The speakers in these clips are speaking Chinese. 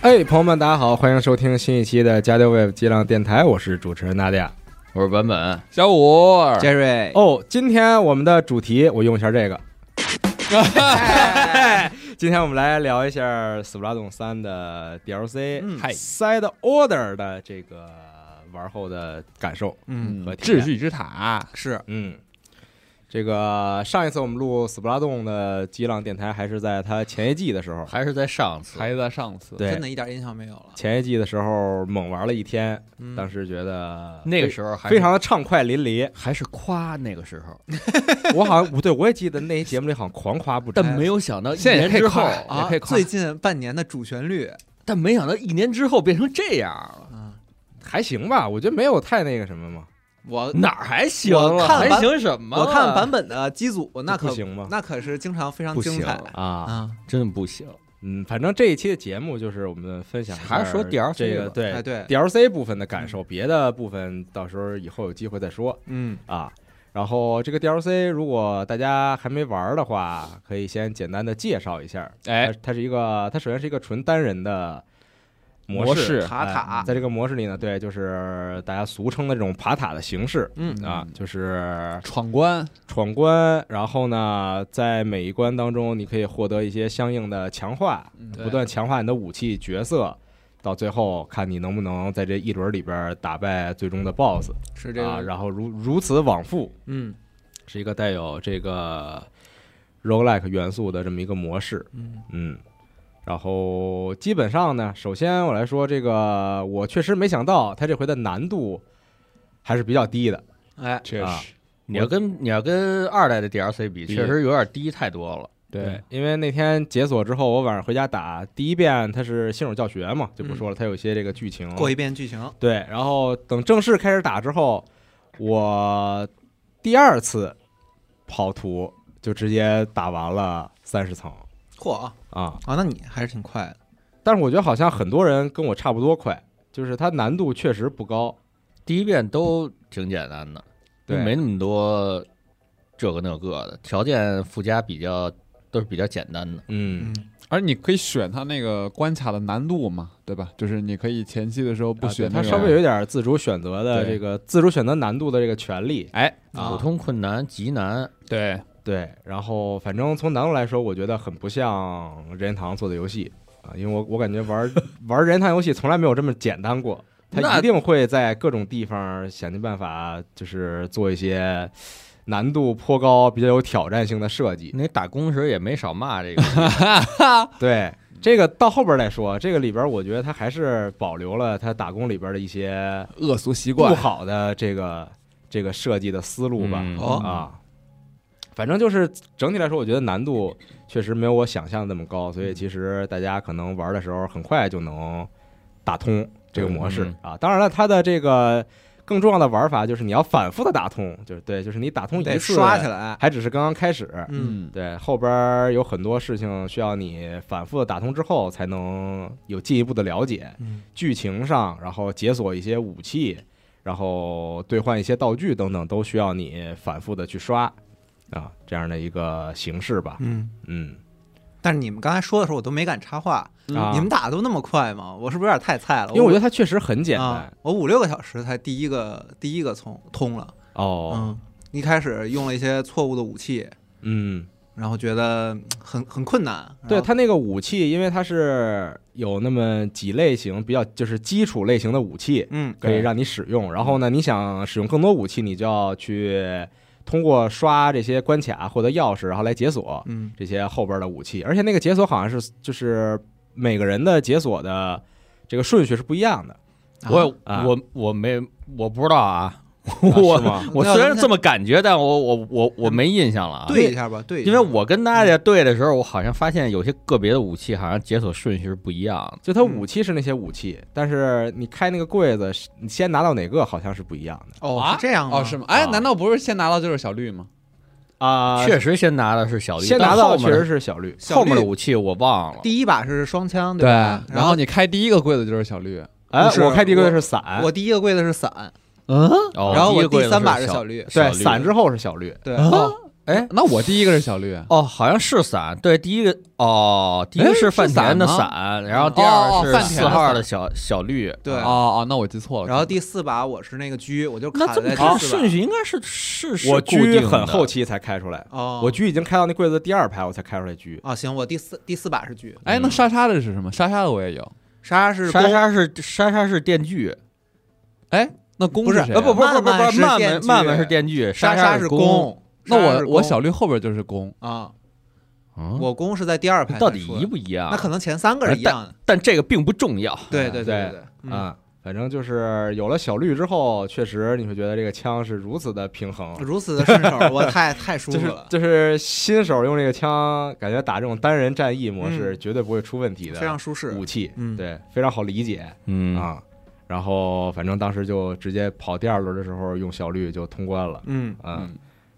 哎，朋友们，大家好，欢迎收听新一期的加丢 Web 激浪电台，我是主持人娜迪亚。我是版本，小五，杰瑞，哦，今天我们的主题我用一下这个。 今天我们来聊一下《死不拉动三》的 DLC、嗨 Side Order 的这个玩后的感受嗯，和体验秩序之塔是嗯，这个上一次我们录《死不拉动》的激浪电台，还是在它前一季的时候，还是在上次，还在上次，对真的一点印象没有了。前一季的时候猛玩了一天，嗯当时觉得那个时候还是非常的畅快淋漓。还是夸那个时候，我好像不对，我也记得那一节目里好像狂夸不止但。没有想到一现在年也可以之后，夸也啊可以，夸最，近半年的主旋律，但没想到一年之后变成这样了，啊，还行吧，我觉得没有太那个什么嘛，我哪儿还行啊我了？看还版行什么？我看版本的机组那不可行吗？那可是经常非常不精行彩啊，啊！真不行，嗯，反正这一期的节目就是我们分享一下还是说 DLC 这个吧嗯对哎对， DLC 部分的感受，别的部分到时候以后有机会再说嗯，啊。然后这个 DLC 如果大家还没玩儿的话，可以先简单的介绍一下。哎它，它是一个，它首先是一个纯单人的模模式式爬塔哎在这个模式里呢，对，就是大家俗称的这种爬塔的形式，嗯啊，就是闯关，闯关，然后呢，在每一关当中，你可以获得一些相应的强化，嗯不断强化你的武器角色，到最后看你能不能在这一轮里边打败最终的 BOSS 是这啊，个，然后如如此往复，嗯是一个带有这个 roguelike 元素的这么一个模式。嗯嗯，然后基本上呢，首先我来说这个，我确实没想到它这回的难度还是比较低的。哎，确啊实，你要跟你要跟二代的 DLC 比，比确实有点低太多了。对，因为那天解锁之后，我晚上回家打第一遍，它是新手教学嘛，嗯就不说了，它有一些这个剧情。过一遍剧情，对，然后等正式开始打之后，我第二次跑图就直接打完了三十层嚯啊，啊。啊那你还是挺快的，但是我觉得好像很多人跟我差不多快，就是它难度确实不高。第一遍都挺简单的，对没那么多这个那个的条件附加比较都是比较简单的。嗯，而你可以选它那个关卡的难度嘛，对吧？就是你可以前期的时候不啊对选它那稍微种，有一点自主选择的对这个自主选择难度的这个权利。哎，啊普通困难、极难，对，对，然后反正从难度来说，我觉得很不像任天堂做的游戏啊，因为我我感觉玩 玩任天堂游戏从来没有这么简单 过。它那一定会在各种地方想尽办法，就是做一些难度颇高、比较有挑战性的设计。你打工时也没少骂这个。 对，这个到后边再说。这个里边，我觉得他还是保留了他打工里边的一些恶俗习不惯，好的这个这个设计的思路吧。嗯哦啊，反正就是整体来说，我觉得难度确实没有我想象的那么高，所以其实大家可能玩的时候很快就能打通这个模式嗯啊。当然了，它的这个更重要的玩法就是你要反复的打通，就是对，就是你打通一得次刷起来，还只是刚刚开始，嗯，对，后边儿有很多事情需要你反复的打通之后，才能有进一步的了解。嗯剧情上，然后解锁一些武器，然后兑换一些道具等等，都需要你反复的去刷啊，这样的一个形式吧。嗯。嗯，但是你们刚才说的时候，我都没敢插话。啊嗯你们打的都那么快吗？我是不是有点太菜了？因为我觉得得它确实很简单、啊，我五六个小时才第一个第一个通通了。哦。嗯，一开始用了一些错误的武器，嗯，然后觉得嗯很很困难。对然后它那个武器，因为它是有那么几类型比较就是基础类型的武器，嗯可以让你使用。然后呢，你想使用更多武器，你就要去通过刷这些关卡获得钥匙，然后来解锁嗯这些后边的武器。而且那个解锁好像是就是每个人的解锁的这个顺序是不一样的。我啊我我没我不知道啊， 是我吗我虽然这么感觉，但我我我我没印象了啊。对一下吧，对一下，因为我跟大家对的时候，我好像发现有些个别的武器好像解锁顺序是不一样的。就它武器是那些武器，但是你开那个柜子，你先拿到哪个好像是不一样的哦啊是这样吗哦，是吗？哎，啊难道不是先拿到就是小绿吗？啊确实，先拿的是小绿，先拿但到后面确的实是小绿，小绿后面的武器我忘了。第一把是双枪吧？然然后你开第一个柜子就是小绿，哎不，是我开第一个我是伞，我第一个跪的是伞，嗯，哦然后一我个柜第子三把是小绿，对绿伞之后是小绿，对，啊哦哎那我第一个是小绿，哦，好像是伞，对，第一个哦，第一哎个是饭田的是伞伞，哎然后哦第二哦饭是田的四伞号的小小绿，对哦哦，那我记错了。然后第四把我是那个车，我就那卡这在么第看四把顺序应该是是是我固车定的很后期才开出来，哦，我车已经开到那柜子第二排，我才开出来车。啊行，我第四第四把是车，哎，那莎莎的是什么？莎莎的我也有。莎莎是莎公莎是莎莎是电锯，哎，那公不是谁呃啊？不不不不不，慢慢是慢电慢锯慢慢是电锯，莎莎是弓。公，那莎莎我是我公小绿后边就是公。啊，嗯我公是在第二排才出到的，底一不一啊样？那可能前三个是一样呃的，但这个并不重要。对对对对，嗯啊、反正就是有了小绿之后，确实你会觉得这个枪是如此的平衡，嗯如此的顺手，我太太舒就服是了，嗯就是新手用这个枪，感觉打这种单人战役模式嗯绝对不会出问题的非常舒适。武器，嗯对，非常好理解嗯啊。然后反正当时就直接跑第二轮的时候用小绿就通关了，嗯嗯，嗯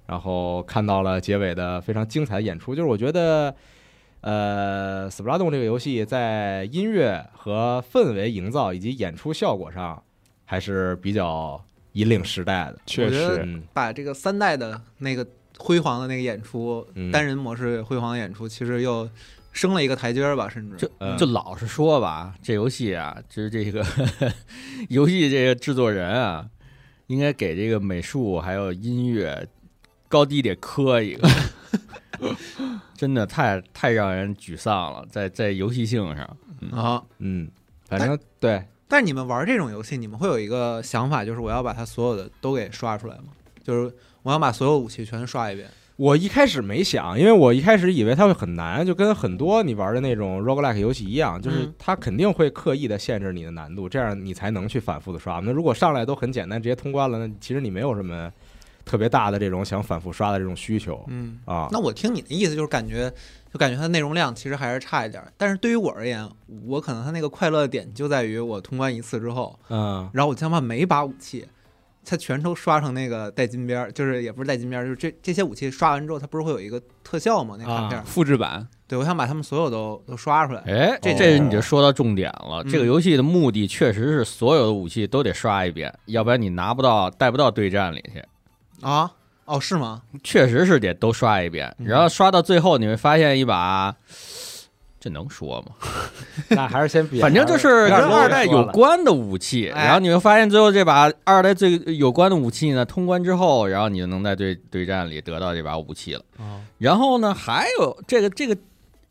然后看到了结尾的非常精彩的演出，就是我觉得。呃，《斯普拉洞》这个游戏在音乐和氛围营造以及演出效果上还是比较引领时代的。确我觉得实，嗯，把这个三代的那个辉煌的那个演出，嗯单人模式辉煌的演出，其实又升了一个台阶儿吧，甚至就嗯就老实说吧，这游戏啊，就是这个游戏这个制作人啊，应该给这个美术还有音乐高低得磕一个，真的太太让人沮丧了，在在游戏性上，啊。嗯，反正哎对，但是你们玩这种游戏，你们会有一个想法，就是我要把它所有的都给刷出来吗？就是我要把所有武器全刷一遍。我一开始没想，因为我一开始以为它会很难，就跟很多你玩的那种 roguelike 游戏一样，就是嗯它肯定会刻意的限制你的难度，这样你才能去反复的刷。那如果上来都很简单，直接通关了，那其实你没有什么特别大的这种想反复刷的这种需求嗯，啊。那我听你的意思就是感觉，就感觉它内容量其实还是差一点儿。但是对于我而言，我可能它那个快乐点就在于我通关一次之后，嗯，然后我他妈每把武器，它全都刷成那个带金边儿，就是也不是带金边儿，就是这这些武器刷完之后，它不是会有一个特效吗？那卡片儿，复制版对我想把它们所有都都刷出来。哎，这这你就说到重点了。嗯这个游戏的目的确实是所有的武器都得刷一遍，要不然你拿不到带不到对战里去。啊？哦，是吗？确实是得都刷一遍，嗯然后刷到最后你会发现一把，这能说吗？那还是先别，反正就有是点跟多了二代有关的武器，哎然后你会发现最后这把二代最有关的武器呢，通关之后，然后你就能在对对战里得到这把武器了。哦，然后呢，还有这个这个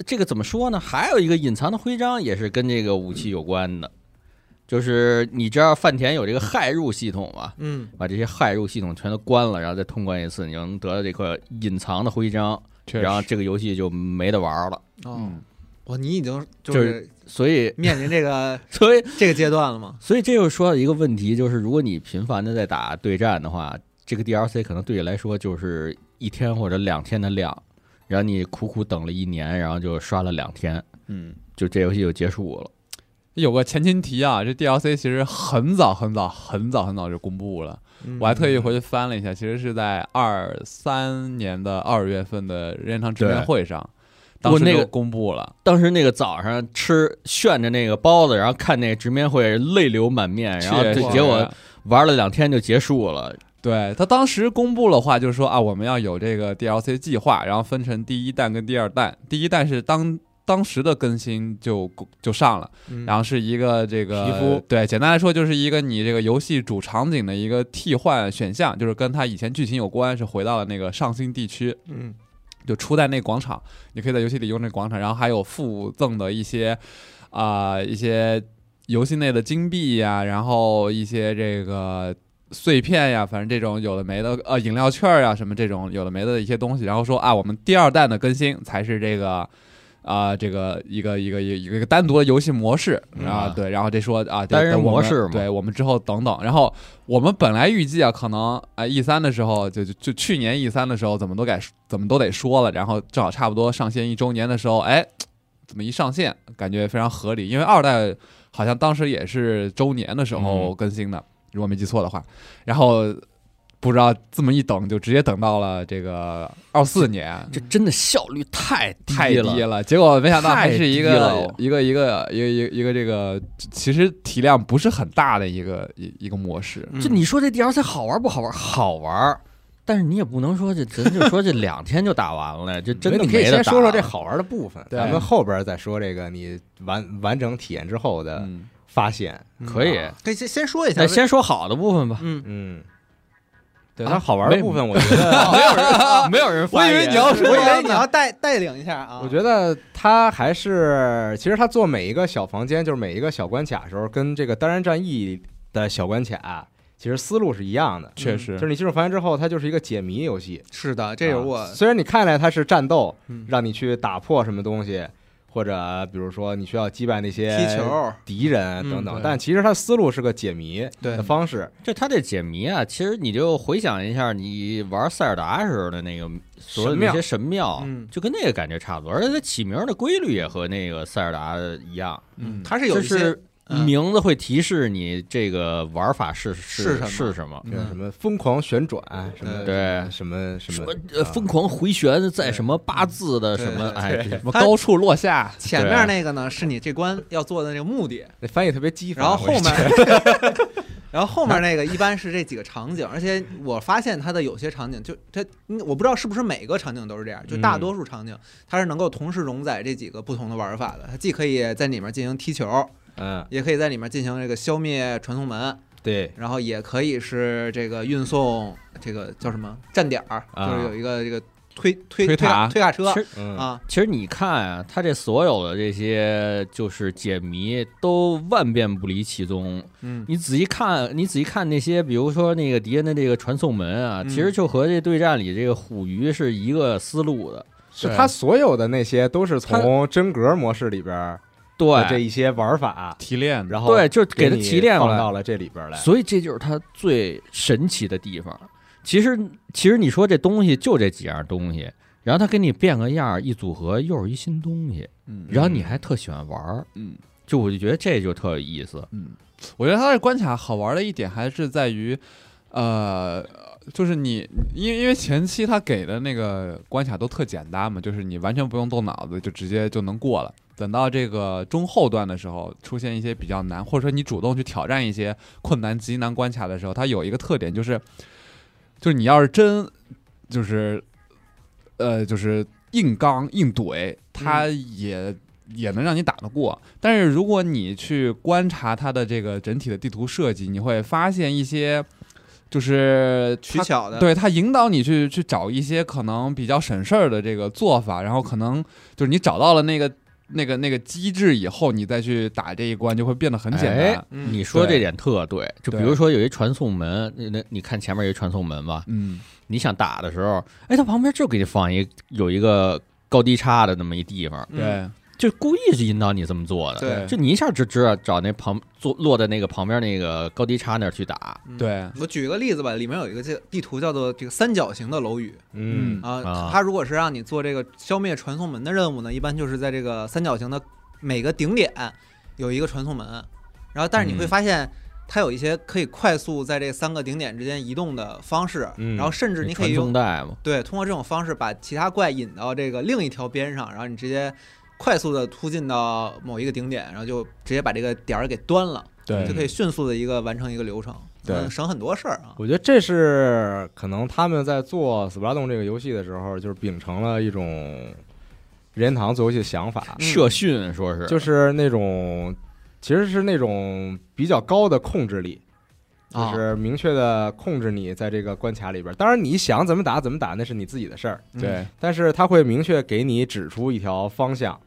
这个怎么说呢？还有一个隐藏的徽章也是跟这个武器有关的，就是你知道饭田有这个骇入系统吗？嗯，把这些骇入系统全都关了，然后再通关一次，你就能得到这块隐藏的徽章，确实然后这个游戏就没得玩了。哦，嗯哇，你已经就就是所以，面临这个 所以，这个阶段了吗？所以这又说到一个问题，就是如果你频繁的在打对战的话，这个 DLC 可能对你来说就是一天或者两天的量，然后你苦苦等了一年，然后就刷了两天，嗯，就这游戏就结束了。有个前情提啊，这 DLC 其实很早很早很早很早就公布了，嗯我还特意回去翻了一下，其实是在二三年的二月份的任天堂直面会上，当时我那就个公布了。当时那个早上吃炫着那个包子，然后看那个直面会，泪流满面，然后确这实结果玩了两天就结束了，对他当时公布的话，就是说啊，我们要有这个 DLC 计划，然后分成第一弹跟第二弹。第一弹是当当时的更新就就上了，嗯然后是一个这个皮肤对，简单来说就是一个你这个游戏主场景的一个替换选项，就是跟它以前剧情有关，是回到了那个上新地区。嗯就初代那广场，你可以在游戏里用那广场，然后还有附赠的一些啊、一些游戏内的金币呀、然后一些这个碎片呀、反正这种有的没的呃饮料券呀、什么这种有的没的一些东西，然后说啊，我们第二弹的更新才是这个。啊、这个一个一个一个一个一个单独的游戏模式嗯啊，对，然后这说啊，单人等我模们式嘛对我们之后等等，然后我们本来预计啊，可能啊 E 三的时候，就就就去年 E 三的时候，怎么都该怎么都得说了，然后正好差不多上线一周年的时候，哎，怎么一上线感觉非常合理，因为二代好像当时也是周年的时候更新的，如果没记错的话，然后不知道这么一等就直接等到了这个二四年，这真的效率太低嗯太低了。了，结果没想到还是太低一个了一个一个一个一个一个这个其实体量不是很大的一个一一个模式。嗯就你说这 DLC 好玩不好玩？好玩，但是你也不能说这咱就说这两天就打完了，这真的你可以没得先打说说这好玩的部分，对咱们后边再说这个你完完整体验之后的嗯，发现。可以。可以先先说一 下那，先说好的部分吧， 嗯，嗯，对啊它好玩的 没部分，我觉得没有啊人，没有人发我以言。为你要我说以为你要带带领一下啊，我觉得他还是，其实他做每一个小房间，就是每一个小关卡的时候，跟这个单人战役的小关卡其实思路是一样的。嗯确就是实，你进入房间之后，它就是一个解谜游戏。是的，这是啊我虽然你看来它是战斗，嗯让你去打破什么东西，或者比如说你需要击败那些踢球，敌人等嗯等，对但其实它思路是个解谜对的方式。这他这解谜啊，其实你就回想一下你玩塞尔达时候的那个所有的那些神庙，嗯就跟那个感觉差不多，而且它起名的规律也和那个塞尔达一样，嗯，它是有就一些是嗯名字会提示你这个玩法是是是什么是什么。对嗯什么疯狂旋转，什么对什么什什么么呃疯狂回旋在什么八字的啊对什么对哎，什么它高处落下，前对啊面那个呢是你这关要做的那个目 的，那翻译特别激愤。然后我是后觉得面， 然后后面那个一般是这几个场景，而且我发现它的有些场景就它，嗯我不知道是不是每个场景都是这样，就大多数场景它是能够同时容载这几个不同的玩法的，它既可以在里面进行踢球，嗯，也可以在里面进行这个消灭传送门，对，然后也可以是这个运送这个叫什么站点儿，啊就是有一个这个推推推推塔卡推卡车其实嗯啊，其实你看啊，他这所有的这些就是解谜都万变不离其宗，嗯，你仔细看，你仔细看那些，比如说那个敌人的这个传送门啊，嗯其实就和这对战里这个虎鱼是一个思路的。是对他所有的那些都是从真格模式里边儿的这对，一些玩法，提炼，然后对，就是给它你提炼放了，到了这里边儿来。所以这就是它最神奇的地方。其实，其实你说这东西就这几样东西，然后它给你变个样儿，一组合又是一新东西，嗯然后你还特喜欢玩儿，嗯，就我就觉得这就特有意思。嗯，我觉得它的关卡好玩的一点还是在于，呃，就是你因为因为前期它给的那个关卡都特简单嘛，就是你完全不用动脑子就直接就能过了。等到这个中后段的时候，出现一些比较难，或者说你主动去挑战一些困难极难关卡的时候，它有一个特点就是，就是你要是真就是呃就是硬刚硬怼，它嗯也、也能让你打得过。但是如果你去观察它的这个整体的地图设计，你会发现一些就是取它巧的，对他引导你去去找一些可能比较省事儿的这个做法，然后可能就是你找到了那个那个那个机制以后，你再去打这一关就会变得很简单。哎嗯你说对这点特对，就比对如说有一传送门，那那你看前面有一传送门吧，嗯，你想打的时候，哎，它旁边就给你放一有一个高低差的那么一地方，嗯对，就故意是引导你这么做的。对就你一下就知道找那旁坐落在那个旁边那个高低差那儿去打。嗯对，我举一个例子吧，里面有一个这地图叫做这个三角形的楼宇嗯啊啊，它如果是让你做这个消灭传送门的任务呢，一般就是在这个三角形的每个顶点有一个传送门，然后但是你会嗯发现它有一些可以快速在这三个顶点之间移动的方式，嗯然后甚至你可传以送用带嘛，对通过这种方式把其他怪引到这个另一条边上，然后你直接快速的突进到某一个顶点，然后就直接把这个点儿给端了，对就可以嗯迅速的一个完成一个流程，对嗯省很多事儿啊。我觉得这是可能他们在做《斯普拉洞》这个游戏的时候，就是秉承了一种任天堂做游戏的想法，嗯射训说是就是那种其实是那种比较高的控制力，就啊是明确的控制你在这个关卡里边儿。当然，你想怎么打怎么打，那是你自己的事儿。嗯对，但是他会明确给你指出一条方向，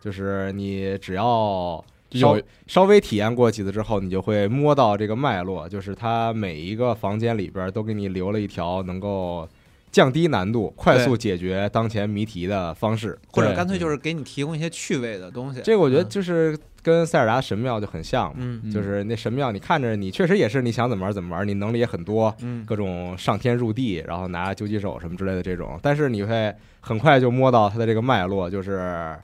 就是你只要稍有稍微体验过几次之后，你就会摸到这个脉络，就是它每一个房间里边都给你留了一条能够降低难度、快速解决当前谜题的方式。或者对干脆就是给你提供一些趣味的东西。这个我觉得就是跟塞尔达神庙就很像嘛，嗯，嗯就是那神庙，你看着你确实也是你想怎么玩怎么玩，你能力也很多，嗯各种上天入地，然后拿究极手什么之类的这种，但是你会很快就摸到它的这个脉络，就是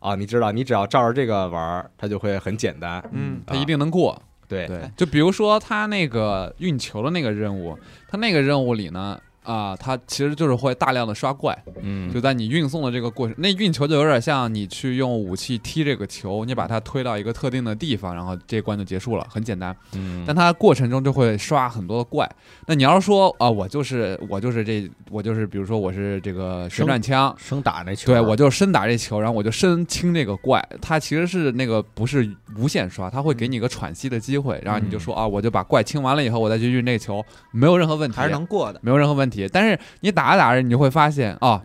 啊，你知道，你只要照着这个玩儿，它就会很简单。嗯哎他一定能过。对，对，就比如说他那个运球的那个任务，他那个任务里呢，啊，它其实就是会大量的刷怪，嗯就在你运送的这个过程，那运球就有点像你去用武器踢这个球，你把它推到一个特定的地方，然后这关就结束了，很简单。嗯但它过程中就会刷很多的怪。那你要是说啊，我就是我就是这我就是，比如说我是这个旋转枪，生打那球，对我就深打这球，然后我就深清这个怪。它其实是那个不是无限刷，它会给你一个喘息的机会，然后你就嗯说啊，我就把怪清完了以后，我再去运这个球，没有任何问题，嗯啊还是能过的。没有任何问题。但是你打着打着，你就会发现啊、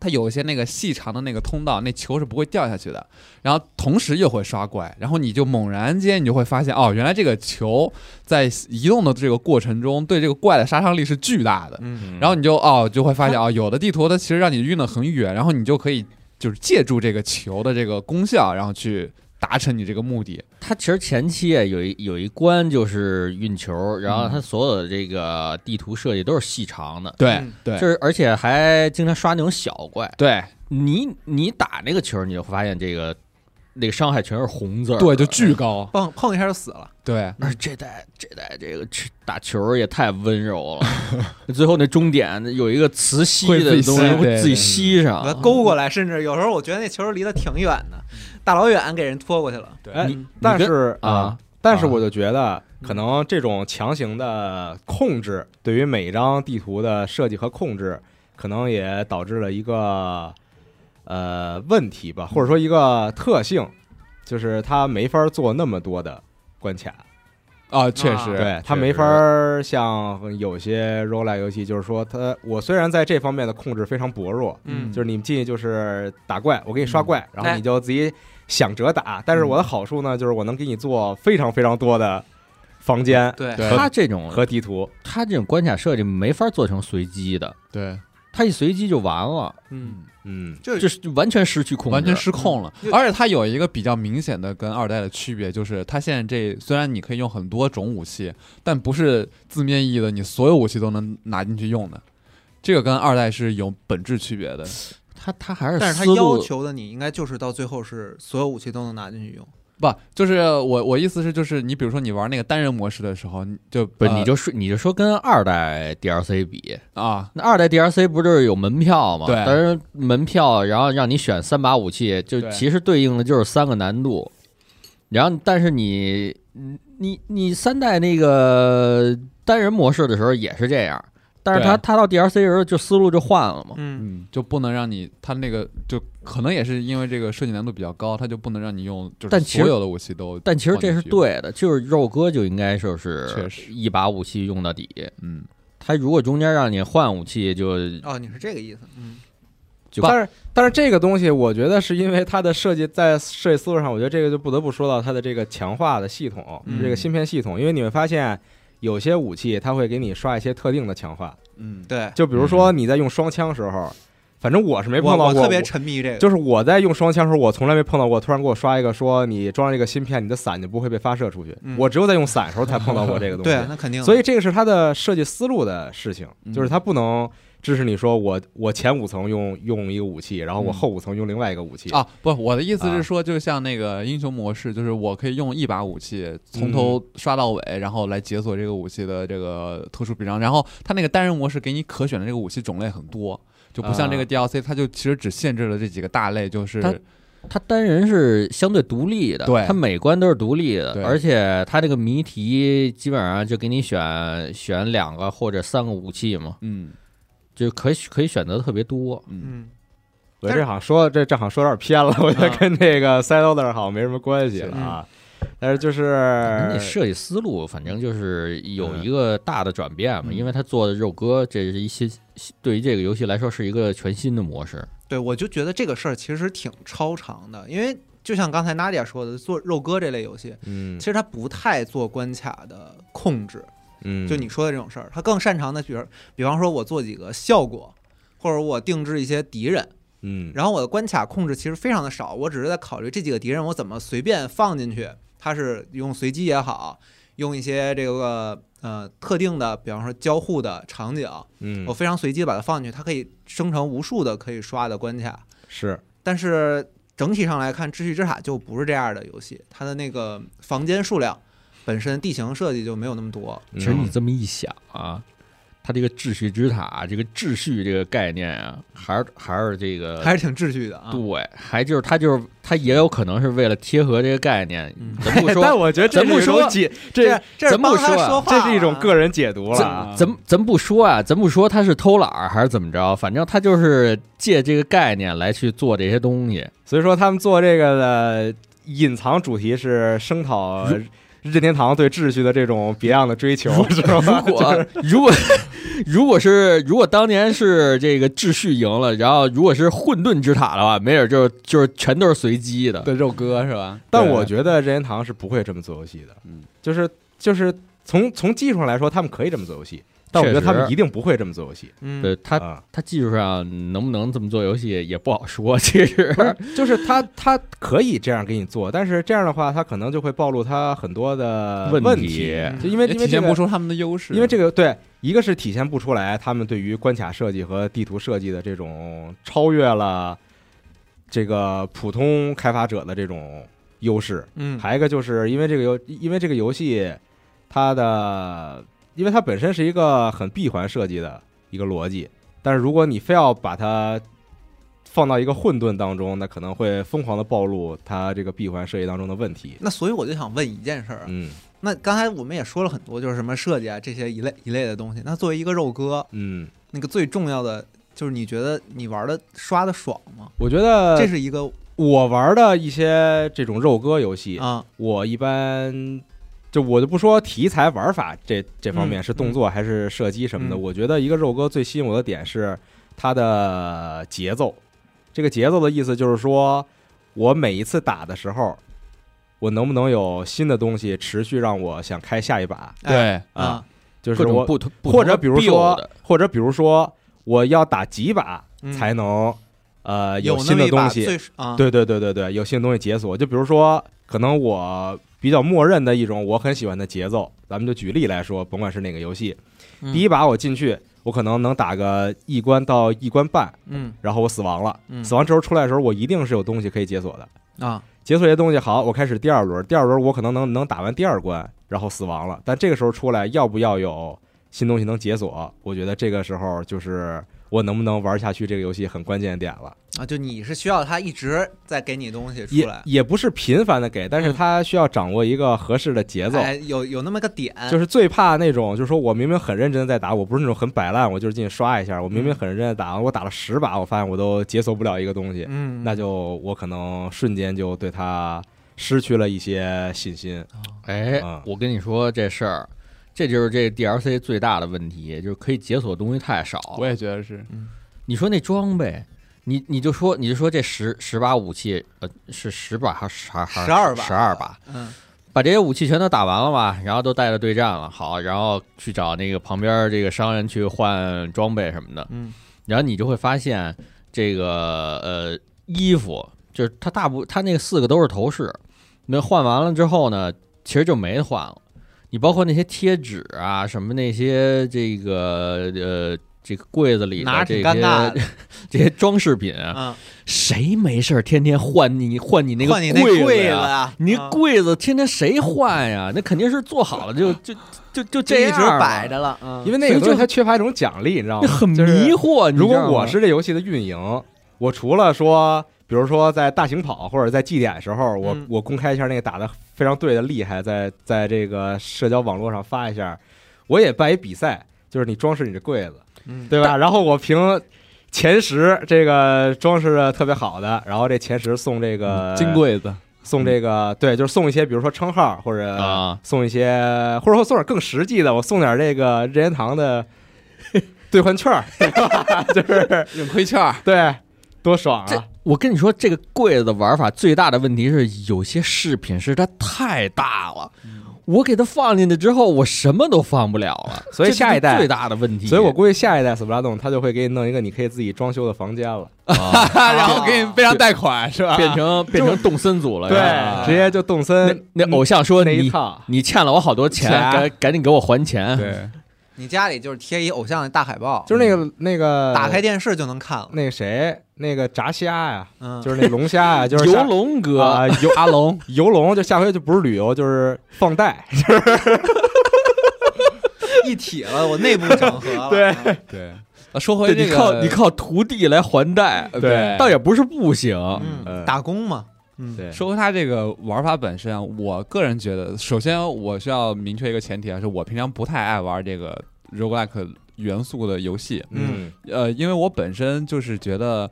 它有一些那个细长的那个通道，那球是不会掉下去的。然后同时又会刷怪，然后你就猛然间你就会发现，哦，原来这个球在移动的这个过程中，对这个怪的杀伤力是巨大的。嗯，然后你就哦就会发现哦，有的地图它其实让你运得很远，然后你就可以就是借助这个球的这个功效，然后去达成你这个目的。他其实前期啊有一有一关就是运球，然后他所有的这个地图设计都是细长的，对、嗯对就是而且还经常刷那种小怪。对你你打那个球，你就发现这个那个伤害全是红字儿，哎对，就巨高，嗯碰碰一下就死了。对。而这代这代这个去打球也太温柔了， 最后那终点有一个磁吸会的自己东吸西对会自己吸把它上，勾过来，甚至有时候我觉得那球离得挺远的，大老远给人拖过去了。哎你，但你跟是啊，但是我就觉得，可能这种强行的控制对于每一张地图的设计和控制，可能也导致了一个呃问题吧，或者说一个特性，就是它没法做那么多的关卡，啊，确实，对它确没实法儿像有些 roguelike 游戏，就是说它我虽然在这方面的控制非常薄弱，嗯就是你们进去就是打怪，我给你刷怪，然后你就自己想辙打。但是我的好处呢，就是我能给你做非常非常多的房间对，对他这种和地图。他这种关卡设计没法做成随机的，对，他一随机就完了，嗯，嗯，就就是完全失去控制，完全失控了嗯。而且它有一个比较明显的跟二代的区别，就是它现在这虽然你可以用很多种武器，但不是字面意义的你所有武器都能拿进去用的。这个跟二代是有本质区别的，他他还是但是他思要路求的你应该就是到最后是所有武器都能拿进去用。不就是我我意思是就是你比如说你玩那个单人模式的时候，你就不，呃你就说你就说跟二代 DLC 比，啊那二代 DLC 不就是有门票吗？对但是门票然后让你选三把武器，就对其实对应的就是三个难度。然后，但是你你你你三代那个单人模式的时候也是这样，但是对他他到 DLC 的时候就思路就换了嘛。嗯，嗯，就不能让你他那个就可能也是因为这个设计难度比较高，他就不能让你用就是但其实所有的武器都但其实这是放进去用，对的，就是肉哥就应该说是确实一把武器用到底。嗯，他如果中间让你换武器就，哦，你是这个意思。嗯，就但是但是这个东西，我觉得是因为它的设计在设计思路上，我觉得这个就不得不说到它的这个强化的系统，嗯这个芯片系统，因为你会发现。有些武器它会给你刷一些特定的强化，嗯，对，就比如说你在用双枪时候，反正我是没碰我到过，我特别我沉迷于这个。就是我在用双枪的时候，我从来没碰到过突然给我刷一个说你装这个芯片，你的伞就不会被发射出去。嗯我只有在用伞的时候才碰到过这 个东西。对，啊那肯定。所以这个是它的设计思路的事情，嗯就是它不能支持你说我我前五层用用一个武器，然后我嗯后五层用另外一个武器。啊，不，我的意思啊是说，就像那个英雄模式，就是我可以用一把武器从头刷到尾，然后来解锁这个武器的这个特殊必章。然后它那个单人模式给你可选的这个武器种类很多，就不像这个啊 DLC，、它就其实只限制了这几个大类，就是它它单人是相对独立的，对它每关都是独立的对，而且它这个谜题基本上就给你选选两个或者三个武器嘛，嗯就可以可以选择特别多。嗯，嗯，我觉得这好像说这这好像说有点偏了，我 觉得啊跟这个 s i d o 好像没什么关系了啊。但是就是啊呃你设计思路反正就是有嗯一个大的转变嘛，嗯因为他做的肉鸽，这是一些对于这个游戏来说是一个全新的模式。对，我就觉得这个事儿其实挺超常的，因为就像刚才 Nadia 说的，做肉鸽这类游戏，嗯其实它不太做关卡的控制，嗯，就你说的这种事儿，它更擅长的，比如比方说我做几个效果，或者我定制一些敌人。嗯然后我的关卡控制其实非常的少，我只是在考虑这几个敌人我怎么随便放进去，它是用随机也好，用一些这个呃特定的，比方说交互的场景，嗯我非常随机地把它放进去，它可以生成无数的可以刷的关卡。是但是整体上来看，《秩序之塔》就不是这样的游戏，它的那个房间数量本身地形设计就没有那么多。嗯其实你这么一想啊，它这个秩序之塔，这个秩序这个概念啊，还是还是这个呃还是挺秩序的啊。对，还就是它就是它也有可能是为了贴合这个概念嗯，咱 不但说，我觉得这咱不是一种说解，这这这是咱帮不他说啊说话这啊，是一种个人解读了啊。咱咱咱不说啊，咱不说它是偷懒儿还是怎么着，反正它就是借这个概念来去做这些东西。所以说他们做这个的隐藏主题是声讨任天堂对秩序的这种别样的追求，是吧？如啊果如果 如果是如果当年是这个秩序赢了，然后如果是混沌之塔的话，没准就就是全都是随机的。的肉鸽是吧？ 但对我觉得任天堂是不会这么做游戏的，嗯就是就是从从技术上来说，他们可以这么做游戏，但我觉得确他实们一定不会这么做游戏嗯对他啊、他技术上能不能这么做游戏也不好说，其实不是，就是他他可以这样给你做，但是这样的话，他可能就会暴露他很多的问问题嗯就因为也因为体这现个不出他们的优势，因为这个对，一个是体现不出来他们对于关卡设计和地图设计的这种超越了这个普通开发者的这种优势，嗯，还有一个就是因为这个游，因为这个游戏它的，因为它本身是一个很闭环设计的一个逻辑，但是如果你非要把它放到一个混沌当中，那可能会疯狂的暴露它这个闭环设计当中的问题。那所以我就想问一件事儿啊，嗯那刚才我们也说了很多，就是什么设计啊这些一类一类的东西。那作为一个肉哥，嗯，那个最重要的就是你觉得你玩的刷的爽吗？我觉得这是一个我玩的一些这种肉鸽游戏，啊，我一般就我就不说题材、玩法这这方面嗯是动作还是射击什么的，嗯我觉得一个肉鸽最吸引我的点是它的节奏。这个节奏的意思就是说，我每一次打的时候，我能不能有新的东西持续让我想开下一把哎啊对啊？就是各种我，不同，不同或者比如的 build 嗯说，或者比如说，我要打几把才能呃嗯有那新么的一把东西最啊，对对对对对，有新的东西解锁。就比如说，可能我比较默认的一种我很喜欢的节奏，咱们就举例来说，甭管是哪个游戏，嗯第一把我进去，我可能能打个一关到一关半，嗯然后我死亡了。嗯死亡之后出来的时候，我一定是有东西可以解锁的。啊，解锁一些东西，好，我开始第二轮，第二轮我可能能能打完第二关，然后死亡了。但这个时候出来，要不要有新东西能解锁？我觉得这个时候就是我能不能玩下去这个游戏很关键的点了。啊，就你是需要他一直在给你东西出也来，也不是频繁的给，但是嗯他需要掌握一个合适的节奏。哎，有有那么个点，就是最怕那种，就是说我明明很认真的在打，我不是那种很摆烂，我就是进去刷一下。我嗯明明很认真的打，我打了十把，我发现我都解锁不了一个东西，嗯，那就我可能瞬间就对他失去了一些信心。哎啊，我跟你说这事儿，这就是这 DLC 最大的问题，就是可以解锁的东西太少。我也觉得是你说那装备，你你就说你就说这十十把武器，呃，是十把还是还还12把十二把，嗯把这些武器全都打完了吧，然后都带着对战了，好，然后去找那个旁边这个商人去换装备什么的，嗯然后你就会发现这个呃衣服，就是它大部它那四个都是头饰，那换完了之后呢，其实就没得换了。你包括那些贴纸啊，什么那些这个呃这个柜子里拿的这着挺些尴尬的 这些装饰品啊，啊，谁没事儿天天换你换你那个换你那柜柜子呀、啊，你啊柜子天天谁换呀？那肯定是做好了就就就就就这一样直嘛摆，着了，嗯因为那个所以东西就它缺乏一种奖励，你知道那吗？很迷就是惑。你知如果道吗我是这游戏的运营，我除了说，比如说在大型跑或者在祭典时候，我、嗯我公开一下那个打的非常对的厉害，在在这个社交网络上发一下，我也办一比赛，就是你装饰你的柜子，嗯对吧？然后我评前十，这个装饰的特别好的，然后这前十送这呃个嗯金柜子，送这个对，就是送一些，比如说称号或者啊送一些，或者说送点更实际的，我送点这个任天堂的兑换券儿，就是硬亏券儿，对，多爽这啊！，我跟你说，这个柜子的玩法最大的问题是，有些饰品是它太大了，嗯我给它放进去之后，我什么都放不了了。所以这是下一代最大的问题，所以我估计下一代斯普拉洞他就会给你弄一个你可以自己装修的房间了，啊然后给你背上贷款是吧？变成变成动森组了。是吧对，直接就动森啊嗯那那偶像说那一你套，你欠了我好多钱，钱赶赶紧给我还钱。对，你家里就是贴一偶像的大海报，就是那个那个打开电视就能看了，那个谁那个炸虾呀，嗯，就是那龙虾 呀，就是游下龙哥，啊 游阿龙，游龙，就下回就不是旅游就是放贷，一体了，我内部整合了。对啊， 对，啊说对回这你个，靠你靠徒弟来还贷，呃对倒也不是不行。呃嗯，打工嘛，嗯，对，说回它这个玩法本身啊，我个人觉得，首先我需要明确一个前提啊，是我平常不太爱玩这个 roguelike 元素的游戏，嗯呃，因为我本身就是觉得，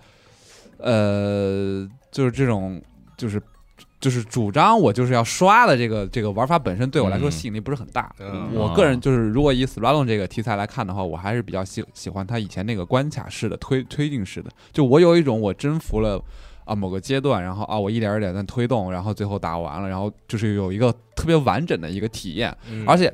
呃，就是这种就是。就是主张我就是要刷的这个这个玩法本身对我来说嗯吸引力不是很大，嗯我个人就是如果以 Splatoon 这个题材来看的话，我还是比较喜喜欢它以前那个关卡式的推推进式的，就我有一种我征服了。啊，某个阶段，然后啊，我一点儿一点儿在推动，然后最后打完了，然后就是有一个特别完整的一个体验，嗯而且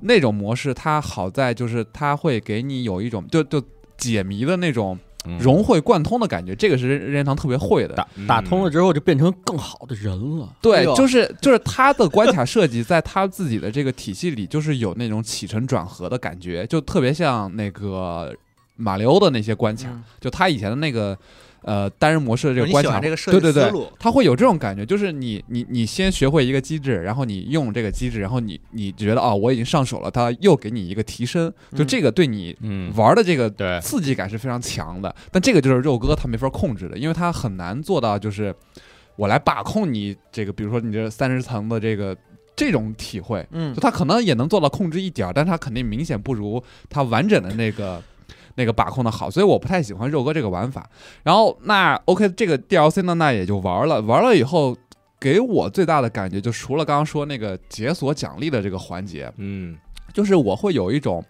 那种模式它好在就是它会给你有一种就就解谜的那种嗯融会贯通的感觉，这个是任任天堂特别会的。打打通了之后，就变成更好的人了。哎对，呦就是就是它的关卡设计，在它自己的这个体系里，就是有那种起承转合的感觉，就特别像那个马里奥的那些关卡，嗯就他以前的那个呃单人模式的这个你关喜卡，欢这个设对计对思对，路，它会有这种感觉，就是你你你先学会一个机制，然后你用这个机制，然后你你觉得哦我已经上手了，它又给你一个提升，就嗯这个对你嗯玩的这个对刺激感是非常强的。但这个就是肉哥他没法控制的，因为他很难做到就是我来把控你这个，比如说你这三十层的这个这种体会，嗯就，他可能也能做到控制一点儿，但是他肯定明显不如他完整的那个那个把控的好，所以我不太喜欢肉哥这个玩法。然后那 OK，这个 DLC 呢，那也就玩了，玩了以后。给我最大的感觉，就除了刚刚说那个解锁奖励的这个环节，嗯就是我会有一种，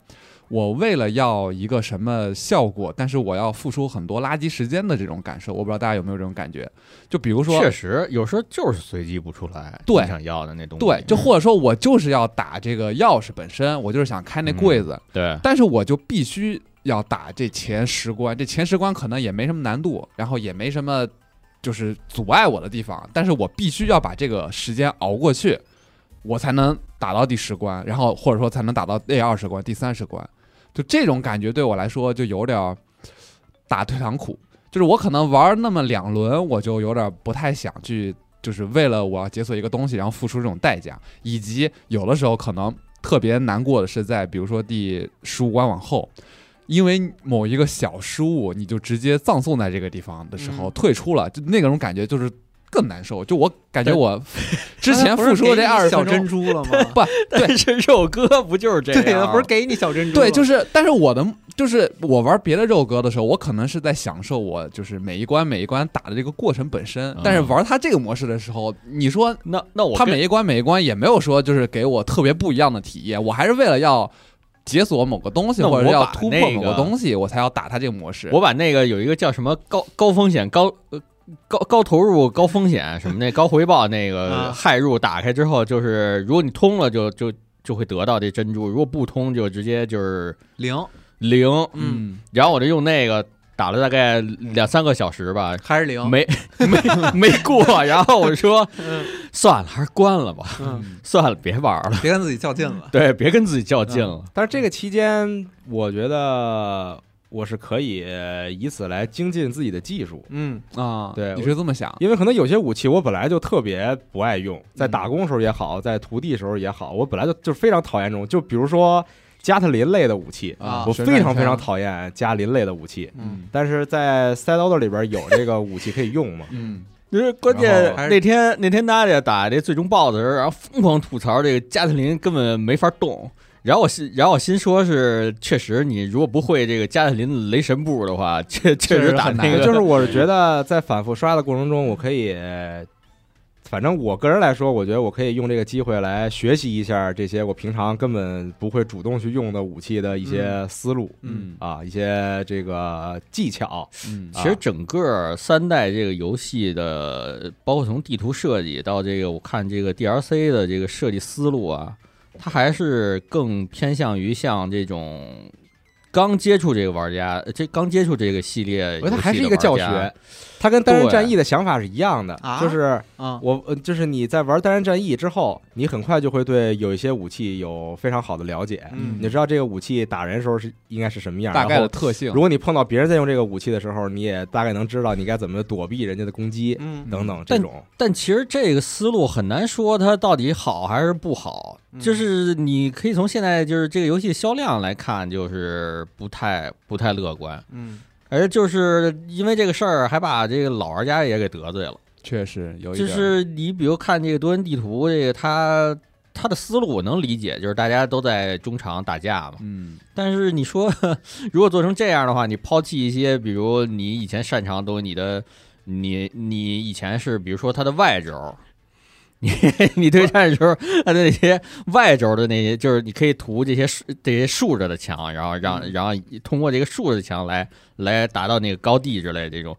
我为了要一个什么效果，但是我要付出很多垃圾时间的这种感受。我不知道大家有没有这种感觉？就比如说，确实，有时候就是随机不出来，对你想要的那东西。嗯对，就或者说我就是要打这个钥匙本身，我就是想开那柜子，嗯对，但是我就必须要打这前十关，这前十关可能也没什么难度，然后也没什么就是阻碍我的地方，但是我必须要把这个时间熬过去，我才能打到第十关，然后或者说才能打到第二十关、第三十关，就这种感觉对我来说就有点儿打退堂鼓，就是我可能玩那么两轮，我就有点儿不太想去。就是为了我要解锁一个东西，然后付出这种代价，以及有的时候可能特别难过的是在比如说第十五关往后，因为某一个小失误，你就直接葬送在这个地方的时候、嗯退出了，就那种感觉就是更难受。就我感觉对我之 刚才前不是付给出的这你二十小分珍钟，啊珠 了吗？不 但是肉哥不就是这样？对，不是给你小珍珠了吗，对，就是但是我的就是我玩别的肉鸽的时候，我可能是在享受我就是每一关每一关打的这个过程本身，但是嗯玩它这个模式的时候，你说那那我他跟每一关每一关也没有说就是给我特别不一样的体验，我还是为了要解锁某个东西那我或者要把突那破个某个东西，我才要打他这个模式。我把那个有一个叫什么高高风险高呃高高投入高风险什么那高回报那个啊骇入打开之后，就是如果你通了就就就会得到这珍珠，如果不通就直接就是零，零。嗯，然后我就用那个打了大概两三个小时吧，还是零，没没没过。然后我说嗯算了，还是关了吧，嗯，算了，别玩了。别跟自己较劲了，对，别跟自己较劲了。但是这个期间，我觉得我是可以以此来精进自己的技术，嗯，啊，对你是这么想？因为可能有些武器我本来就特别不爱用，在打工时候也好，在徒弟时候也好，我本来就就非常讨厌这种，就比如说加特林类的武器，啊我旋非转常非常枪讨厌加林类的武器。嗯，但是在赛刀的里边有这个武器可以用嘛？嗯，就是关然键后还是那天那天大家打这最终 BOSS 的时候，然后疯狂吐槽这个加特林根本没法动。然后我心，然后我心说是，确实你如果不会这个加特林的雷神步的话，确确实打很那难个就是我是觉得在反复刷的过程中，我可以，反正我个人来说，我觉得我可以用这个机会来学习一下这些我平常根本不会主动去用的武器的一些思路，嗯啊，一些这个技巧，嗯其实整个三代这个游戏的，包括从地图设计到这个，我看这个 DLC 的这个设计思路啊，它还是更偏向于像这种刚接触这个玩家，呃这刚接触这个系列我觉得游戏的玩家，还是一个教学，它跟单人对战役的想法是一样的，啊就是啊，我呃就是你在玩单人战役之后，你很快就会对有一些武器有非常好的了解，嗯你就知道这个武器打人时候是应该是什么样，大概然后的特性如。果你碰到别人在用这个武器的时候，你也大概能知道你该怎么躲避人家的攻击、嗯等等这种。但其实这个思路很难说它到底好还是不好，嗯就是你可以从现在就是这个游戏销量来看，就是不太不太乐观，嗯而就是因为这个事儿还把这个老玩家也给得罪了。确实有一就点，是你比如看这个多人地图，这个它它的思路我能理解，就是大家都在中场打架嘛。嗯，但是你说 如果做成这样的话，你抛弃一些比如你以前擅长的东西，你的你你以前是比如说它的外轴。 你你对战的时候，它的那些外轴的那些，就是你可以涂这些竖这些竖着的墙，然后让嗯然后通过这个竖着的墙来来达到那个高地之类的这种，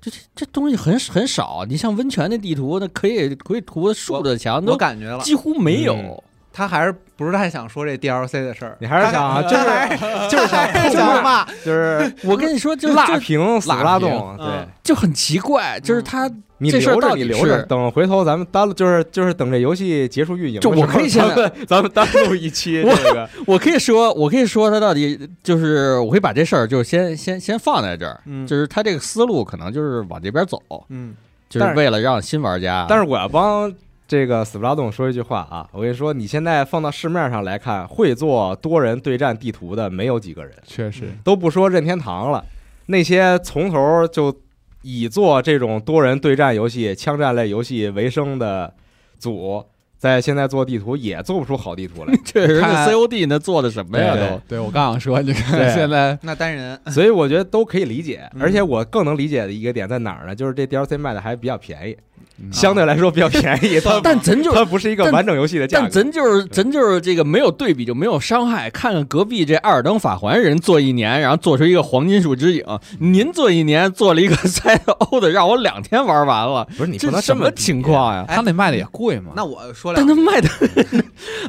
这这这东西很很少。啊你像温泉的地图，那可以可以涂竖着的墙，我都感觉了，几乎没有。嗯他还是不是太想说这 DLC 的事儿，你还是想啊，就他还是是就是想还是想骂，就是我跟你说，就辣就平死不拉动，平对嗯就很奇怪，就是它你这事儿留着到底你留着，是等回头咱们单就是就是等这游戏结束运营的时就候，我可以现在咱们咱们单录一期我这个，我可以说，我可以说，他到底就是，我可以把这事儿就先先先放在这儿，嗯就是他这个思路可能就是往这边走，嗯就但是是为了让新玩家。但是是我要帮这个死不拉动说一句话啊，我跟你说，你现在放到市面上来看，会做多人对战地图的没有几个人，确实都不说任天堂了，那些从头就以做这种多人对战游戏、枪战类游戏为生的组，在现在做地图也做不出好地图来。确实，看那 COD 那做的什么呀对都？对我刚想说，你看 对现在嗯那单人所以我觉得都可以理解，嗯而且我更能理解的一个点在哪儿呢？就是这 DLC 卖的还比较便宜，嗯相对来说比较便 宜，它但真就它不是一个完整游戏的价但格。真就是真就是这个没有对比就没有伤害。看看隔壁这《艾尔登法环》人做一年，然后做出一个黄金树之影，您做一年做了一个 Side O 的，让我两天玩完了，不是你不这能什么比情？况呀？哎他那卖的也贵嘛，那我说两但句他 卖的，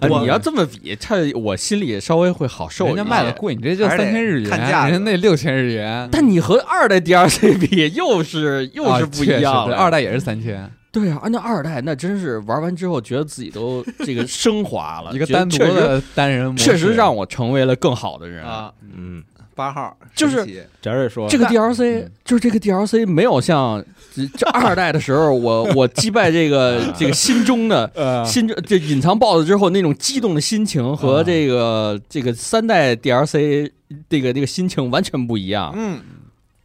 我啊你要这么比，他我心里稍微会好受一嗯人些。家卖的贵，你这就还是三得千日元，看价格人家那六千日元，但你和二代 DLC 比，又是又是啊不一确实样对了。二代也是三千，对啊，按照二代那真是玩完之后，觉得自己都这个升华 了，一个觉得单独确实的单人模式，确实让我成为了更好的人。啊，嗯，八号就是神奇翟瑞说这个那 DLC 就是这个 DLC 没有像这这二代的时候，我 我击败这个这个心中的呃心中这隐藏 BOSS 之后那种激动的心情和这个这个三代 DLC 这个这个心情完全不一样，嗯，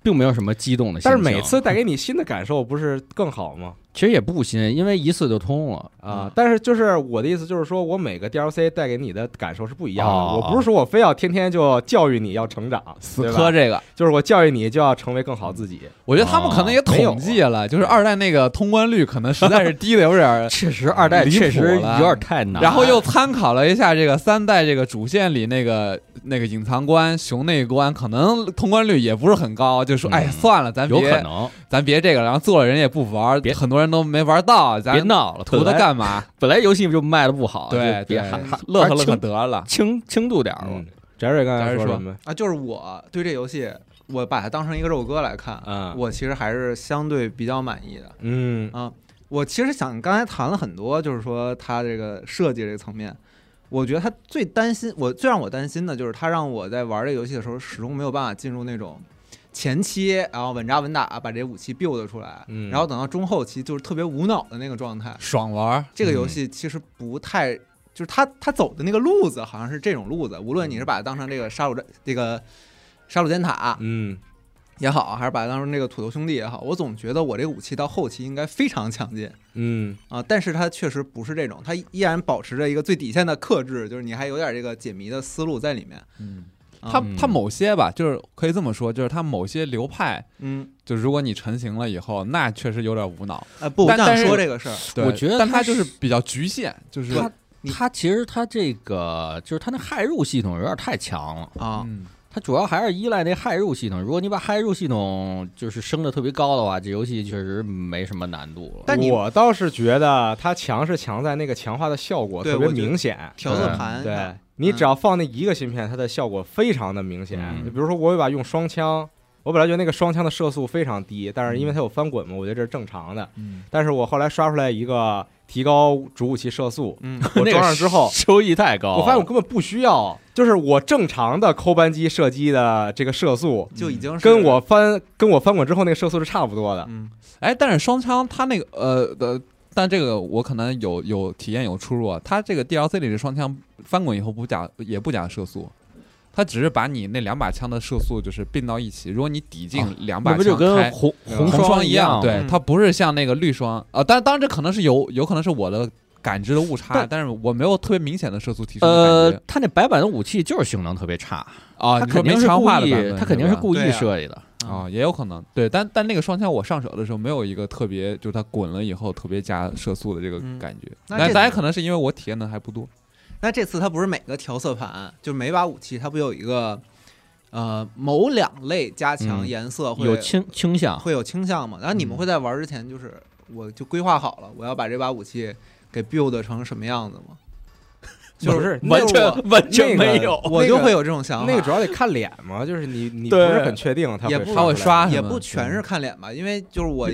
并没有什么激动的心情。但是每次带给你新的感受，不是更好吗？其实也不新，因为一次就通了。啊，但是就是我的意思就是说，我每个 DLC 带给你的感受是不一样的。哦，我不是说我非要天天就教育你要成长，死对吧磕这个。就是我教育你就要成为更好自己。我觉得他们可能也统计了，就是二代那个通关率可能实在是低的有点 儿确实，二代离谱确实了有点太难了。然后又参考了一下这个三代这个主线里那个那个隐藏关熊那一关，可能通关率也不是很高，就说嗯哎算了，咱有可别能咱别这个了，然后做了人也不玩别儿，很多人都没玩到，别咱闹了，图它本来干嘛？本来游戏就卖的不好，对，就别对还还乐还呵乐呵轻得了。轻轻度点儿吧嗯。，翟瑞刚才翟瑞说说什么？啊，就是我对这游戏，我把它当成一个肉鸽来看，啊我其实还是相对比较满意的。啊嗯我其实想刚才谈了很多，就是说它这个设计这个层面，我觉得它最担心，我最让我担心的就是它让我在玩这游戏的时候，始终没有办法进入那种前期，然后稳扎稳打啊把这武器 build 出来，嗯然后等到中后期就是特别无脑的那个状态。爽玩儿，这个游戏其实不嗯太，就是它它走的那个路子好像是这种路子，无论你是把它当成这个杀戮战这个杀戮尖塔啊嗯也好，还是把它当成这个土豆兄弟也好，我总觉得我这个武器到后期应该非常强劲。嗯啊，但是它确实不是这种，它依然保持着一个最底线的克制，就是你还有点这个解谜的思路在里面。嗯，啊它它某些吧，就是可以这么说，就是它某些流派，嗯就如果你成型了以后，那确实有点无脑。啊不，我但想但是说这个事儿，对我觉得但它它就是是比较局限，就是对你它其实它这个就是它那害入系统有点太强了，啊，嗯，它主要还是依赖那害入系统。如果你把害入系统就是升的特别高的话，这游戏确实没什么难度了。但你我倒是觉得它强是强在那个强化的效果对特别我觉得明显，嗯调色盘，对你只要放那一个芯片，它的效果非常的明显。嗯就比如说我有把用双枪，我本来觉得那个双枪的射速非常低，但是因为它有翻滚嘛，我觉得这是正常的。嗯但是我后来刷出来一个提高主武器射速，嗯，我那个，装上之后收益太高了，我发现我根本不需要，就是我正常的扣扳机射击的这个射速，就已经嗯是跟我翻跟我翻滚之后那个射速是差不多的。嗯哎，但是双枪它那个呃的，但这个我可能有有体验有出入啊。它这个 DLC 里的双枪翻滚以后不加也不加射速，它只是把你那两把枪的射速就是并到一起。如果你抵近啊两把那枪不开、嗯就跟红对吧红红双一样？对，嗯它不是像那个绿双啊。但当然这可能是有有可能是我的感知的误差，但但是我没有特别明显的射速提升的呃感觉，它那白板的武器就是性能特别差，啊。呃它你说肯没定是强故化的意版本，，它肯定是对吧故对意啊设计的。啊、也有可能对，但但那个双枪我上手的时候没有一个特别，就是它滚了以后特别加射速的这个嗯感觉。那那这咱也次可能是因为我体验的还不多，那这次它不是每个调色盘，就每把武器它不有一个呃某两类加强嗯颜色会有倾倾向，会有倾向嘛？然后你们会在玩之前就是我就规划好了，我要把这把武器给 build 成什么样子吗？就是不是那完我全完全没有。我那个就会有这种想法。那个主要得看脸嘛，就是你你不对是很确定它也会不出来它会刷也什么不全是看脸吧，因为就是我。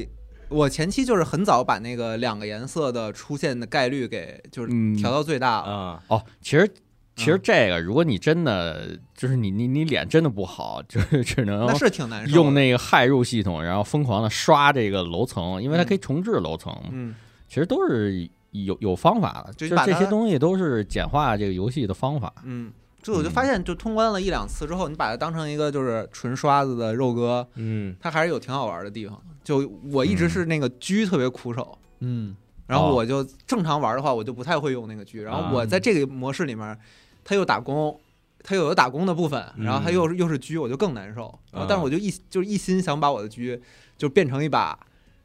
我前期就是很早把那个两个颜色的出现的概率给就是 嗯调到最大了，啊，哦，其实其嗯实这个，如果你真的就是你你你脸真的不好，就是 只能那是挺难受的。用那个害入系统，然后疯狂的刷这个楼层，因为它可以重置楼层嘛。嗯，其实都是有有方法的，就就是是把这它些东西都是简化这个游戏的方法。嗯，就我就发现，就通关了一两次之后，你把它当成一个就是纯刷子的肉鸽，嗯，它还是有挺好玩的地方。就我一直是那个狙特别苦手，嗯，然哦后我就正常玩的话，我就不太会用那个狙。然后我啊在这个模式里面，它又打工，它又有打工的部分，嗯啊然后它又是又是狙，我就更难受。然后但是我就一就是一心想把我的狙就变成一把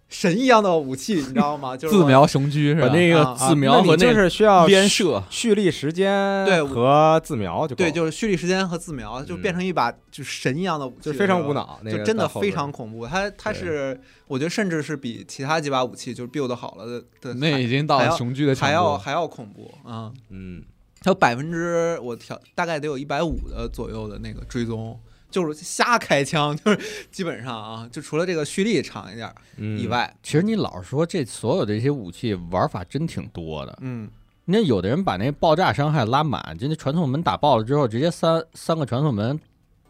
神一样的武器，你知道吗？就是自我瞄雄狙是把吧？那啊个啊自那瞄你和就那是需要哦连射，蓄力时间对我和自瞄就够对，了就是蓄力时间和自瞄，就变成一把就是神一样的武器，嗯就非常无。脑，那就个真的到后边非常恐怖，它它对是，我觉得甚至是比其他几把武器就是 build 好了的的那已经到还了要雄狙的还程要度，还要恐怖啊！嗯嗯它有百分之我调大概得有一百五的左右的那个追踪，就是瞎开枪， 就是基本上啊，就除了这个蓄力长一点儿嗯以外，其实你老是说这所有这些武器玩法真挺多的。嗯，那有的人把那爆炸伤害拉满，就那传送门打爆了之后，直接三三个传送门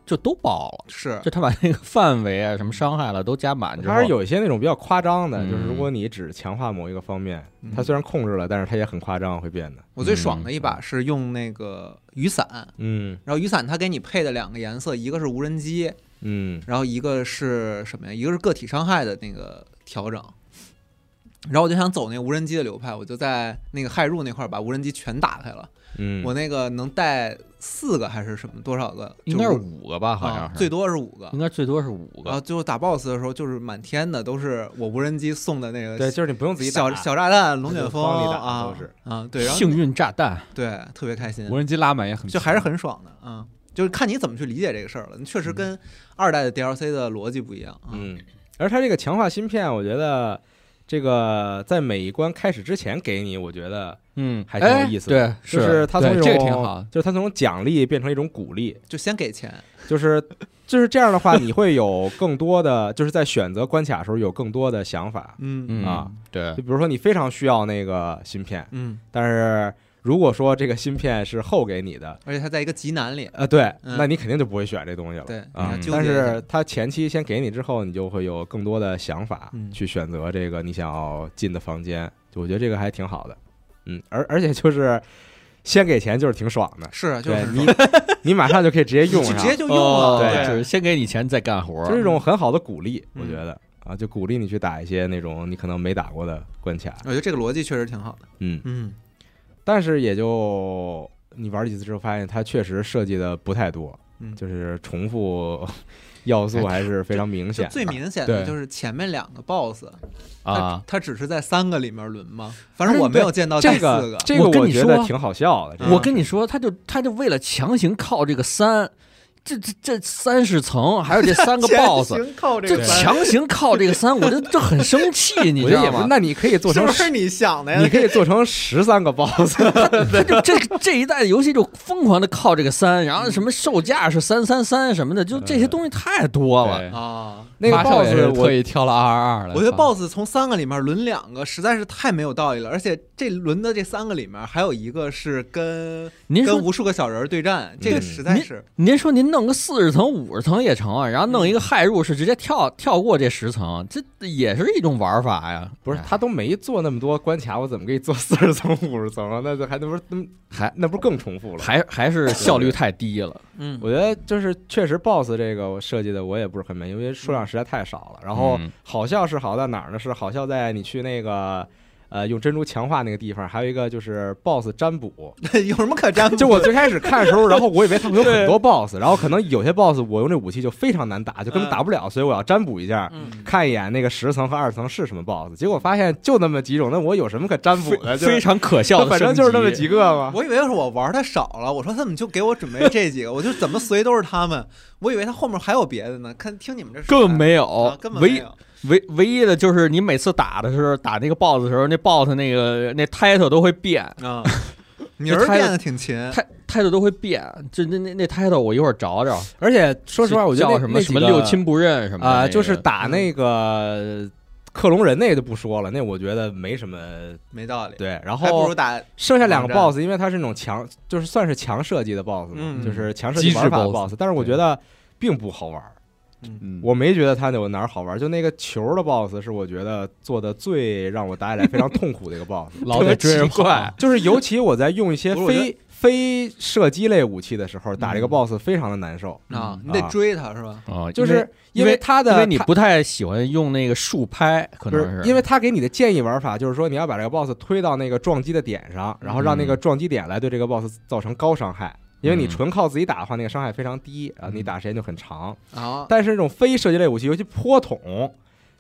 就都爆了，是就他把那个范围啊什么伤害了都加满之后，它是有一些那种比较夸张的，嗯就是如果你只强化某一个方面，嗯它虽然控制了，但是它也很夸张，会变的。我最爽的一把是用那个雨伞，嗯然后雨伞它给你配的两个颜色，一个是无人机，嗯，然后一个是什么呀？一个是个体伤害的那个调整。然后我就想走那个无人机的流派，我就在那个骇入那块儿把无人机全打开了。嗯，我那个能带四个还是什么多少个？应该是就五个吧，好像啊是、最多是啊五个嗯应。该最多是五然后个。最后打 BOSS 的时候，就是满天的都是我无人机送的那个对，就是你不用自己打小小炸弹、龙卷风荒里打啊，都是啊，对，然后幸运炸弹，对特别开心无，人机拉满也很就还是很爽的啊。就是看你怎么去理解这个事儿了，确实跟二代的 DLC 的逻辑不一样啊。嗯，而它这个强化芯片，我觉得这个在每一关开始之前给你，我觉得嗯，还挺有意思的哎对，就它从一对种这个挺好就是它从奖励变成一种鼓励，就先给钱，就是就是这样的话，你会有更多的就是在选择关卡的时候有更多的想法。嗯嗯啊，对就，比如说你非常需要那个芯片，嗯，但是如果说这个芯片是后给你的，而且它在一个极难里，呃，对，嗯那你肯定就不会选这东西了。对，啊你要，纠但结一下是它前期先给你之后，你就会有更多的想法嗯去选择这个你想要进的房间，就我觉得这个还挺好的，嗯，而而且就是先给钱就是挺爽的，是啊就对是很你爽你马上就可以直接用就 上直，接就用哦了，对就是先给你钱再干活，就是一种很好的鼓励，我嗯觉得啊，就鼓励你去打一些那种你可能没打过的关卡，我觉得这个逻辑确实挺好的，嗯，嗯，但是也就你玩几次之后发现它确实设计的不太多嗯，就是重复 要素还是非常明就显，最明显的对就是前面两个 BOSS，啊。它它只是在三个里面轮吗？反正我没有见到第这四个个，嗯这个我跟我你觉说嗯得挺好笑的，这个我跟你说，他就他就为了强行靠这个三，这这这三十层，还有这三 个 boss，靠这就个三强行靠这个三，我就这很生气，你我知觉得道也不是，吗？那你可以做是成不是你想的呀？你可以做成十三个 boss，就这这一代游戏就疯狂的靠这个三，然后什嗯么售价是三三三什么的，就这些东西太多了。对啊，那个马上也是 boss 我特意挑了二二二来放。我觉得 BOSS 从三个里面轮两个实在是太没有道理了，而且这轮的这三个里面还有一个是跟您跟说，无数个小人儿对战，这个实在是您说您弄个四十层、五十层也成啊，然后嗯弄一个骇入是直接跳跳过这十层，这也是一种玩法呀。不是哎他都没做那么多关卡，我怎么给你做四十层、五十层啊？那这还那不是那还那不是更重复了？还还是效率太低了。嗯我觉得就是确实 BOSS 这个我设计的我也不是很满意，因为数量实在太少了。然后嗯好笑是好在哪儿呢？是好笑在你去那个呃用珍珠强化那个地方，还有一个就是 BOSS 占 卜。 有什么可占卜？就我最开始看的时候，然后我以为他们有很多 BOSS，然后可能有些 BOSS 我用这武器就非常难打，就根嗯本打不了，所以我要占卜一下。嗯看一眼那个十层和二十层是什么 BOSS，结果发现就那么几种，那我有什么可占卜的？就非是常可笑它的反升正级，就是那么几个嘛。我以为是我玩的少了，我说他怎么就给我准备这几个，我就怎么随都是他们，我以为他后面还有别的呢。看听你们这说根本没啊有，根本没唯有，唯唯一的就是你每次打的时候，打那个 BOSS 的时候，那 BOSS 那个那 title 都会变啊，名儿变得挺勤， ，ti title 都会变，就那那那 title 我一会儿找找。而且说实话，我觉得叫那什么那什几么个六亲不认什么的啊、那个就是嗯打那个克隆人那就不说了，那我觉得没什么没道理，对。然还不后如打剩下两个网 BOSS，站因为它是那种强，就是算是强设计的 BOSS 嘛，嗯就是强设计玩法的机制 BOSS，但是我觉得并不好玩儿。嗯，我没觉得它有哪儿好玩儿，就那个球的 BOSS 是我觉得做的最让我打起来非常痛苦的一个 BOSS。老得追着跑，就是尤其我在用一些 不是我觉非非射击类武器的时候，打这个嗯 BOSS 非常的难受，啊嗯，你得啊追他是吧？啊，就是因为为它因的为你它不太喜欢用那个竖拍，可不能是因为他给你的建议玩法就是说你要把这个 boss 推到那个撞击的点上，然后让那个撞击点来对这个 boss 造成高伤害。因为你纯靠自己打的话，那个伤害非常低，然后你打时间就很长。啊，但是这种非射击类武器，尤其坡桶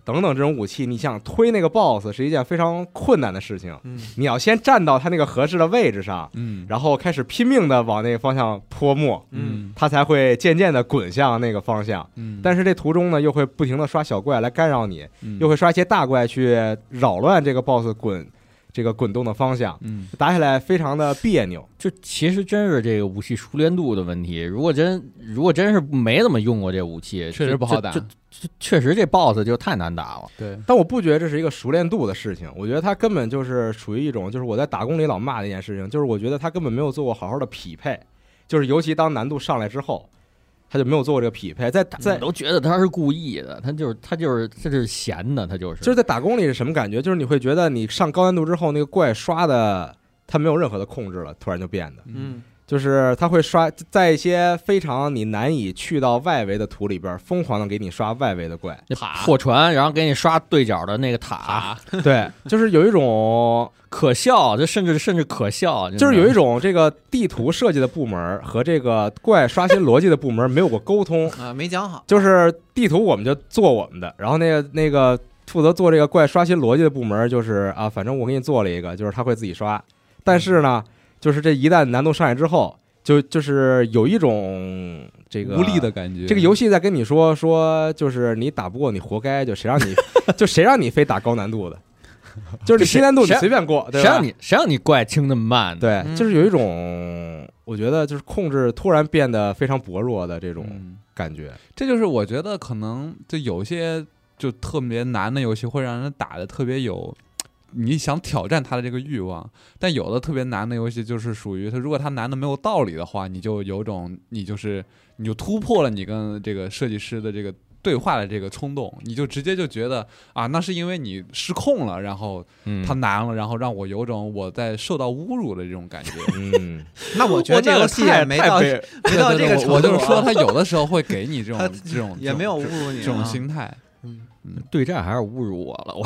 等等这种武器，你想推那个 boss 是一件非常困难的事情。嗯，你要先站到他那个合适的位置上，嗯然后开始拼命的往那个方向泼墨，嗯它才会渐渐的滚向那个方向。嗯，但是这途中呢，又会不停的刷小怪来干扰你，嗯又会刷一些大怪去扰乱这个 boss 滚这个滚动的方向，嗯打起来非常的别扭。就其实真是这个武器熟练度的问题。如果真如果真是没怎么用过这武器，确实这不好打这这确实这 boss 就太难打了。对，但我不觉得这是一个熟练度的事情，我觉得他根本就是属于一种，就是我在打工里老骂的一件事情，就是我觉得他根本没有做过好好的匹配，就是尤其当难度上来之后，他就没有做过这个匹配，在我嗯在。都觉得他是故意的，他就是他就是他就是闲的，他就是就是在打工里是什么感觉？就是你会觉得你上高难度之后，那个怪刷的他没有任何的控制了，突然就变得。嗯就是它会刷在一些非常你难以去到外围的图里边儿，疯狂的给你刷外围的 。怪那破船，然后给你刷对角的那个塔，对，就是有一种，可笑，就甚至甚至可笑，就是有一种种这个地图设计的部门儿和这个怪刷新逻辑的部门儿没有过沟通，啊，没讲好，就是地图我们就做我们的，然后那个那个负责做这个怪刷新逻辑的部门儿就是啊，反正我给你做了一个，就是他会自己刷，但是呢，就是这一旦难度上来之后，就就是有一种这个嗯无力的感觉。这个游戏在跟你说说，就是你打不过你活该，就谁让你 就谁让你非打高难度的，就是你低难度你谁随便过，谁对吧让你谁让你怪轻那么慢的，对，嗯就是有一种我觉得就是控制突然变得非常薄弱的这种嗯，感觉。这就是我觉得可能就有些就特别难的游戏会让人打的特别有。你想挑战它的这个欲望，但有的特别难的游戏就是属于它，如果它难的没有道理的话，你就有种你就是你就突破了你跟这个设计师的这个对话的这个冲动，你就直接就觉得啊，那是因为你失控了，然后嗯它难了，然后让我有种我在受到侮辱的这种 感觉。嗯，那 我觉得这游戏也没到没对到对这对个我程度啊，我就是说，他有的时候会给你这他种这种也没有侮辱你这啊种心态，嗯对战还是侮辱我了，我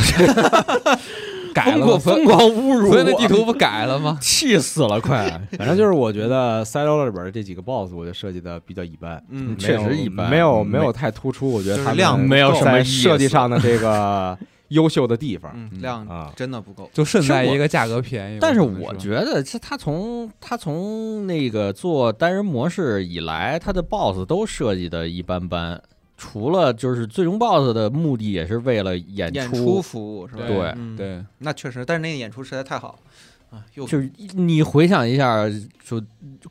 改了疯狂吗所疯以狂侮辱我，所以那地图不改了吗？气死了， 快！反正就是我觉得《赛罗》里边的这几个 BOSS，我觉得设计的比较一般，嗯确实一般嗯没有没没有太突出，我觉得就是他们量没有什么在意思设计上的这个优秀的地方嗯，嗯量啊。真的不够。 就胜在是我一个价格便宜。但是只能我说觉得，其实他从他从那个做单人模式以来，他的 BOSS 都设计的一般般，除了就是最终 BOSS 的目的也是为了演演出服务是吧？对嗯，对，那确实，但是那个演出实在太好了啊，又就是你回想一下，就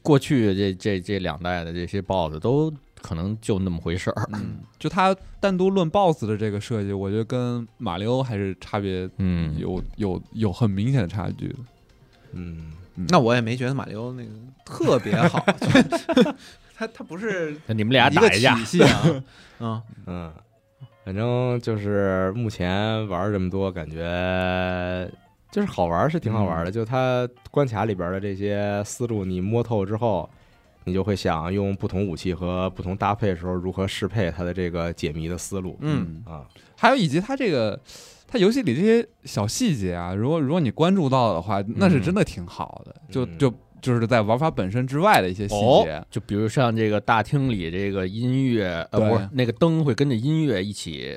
过去这这这两代的这些 BOSS 都可能就那么回事儿。嗯，就他单独论 BOSS 的这个设计，我觉得跟马里奥还是差别嗯，有有有很明显的差距的。嗯，那我也没觉得马里奥那个特别好，就 他他不是那你们俩一个打一架体，系啊，嗯，嗯，反正就是目前玩儿这么多，感觉就是好玩儿是挺好玩儿嗯的。就它关卡里边儿的这些思路，你摸透之后，你就会想用不同武器和不同搭配的时候如何适配它的这个解谜的思路。嗯，啊，还有以及它这个，它游戏里这些小细节啊，如果如果你关注到的话，那是真的挺好的。就嗯就就是在玩法本身之外的一些细节，哦就比如像这个大厅里这个音乐，呃，对不是那个灯会跟着音乐一起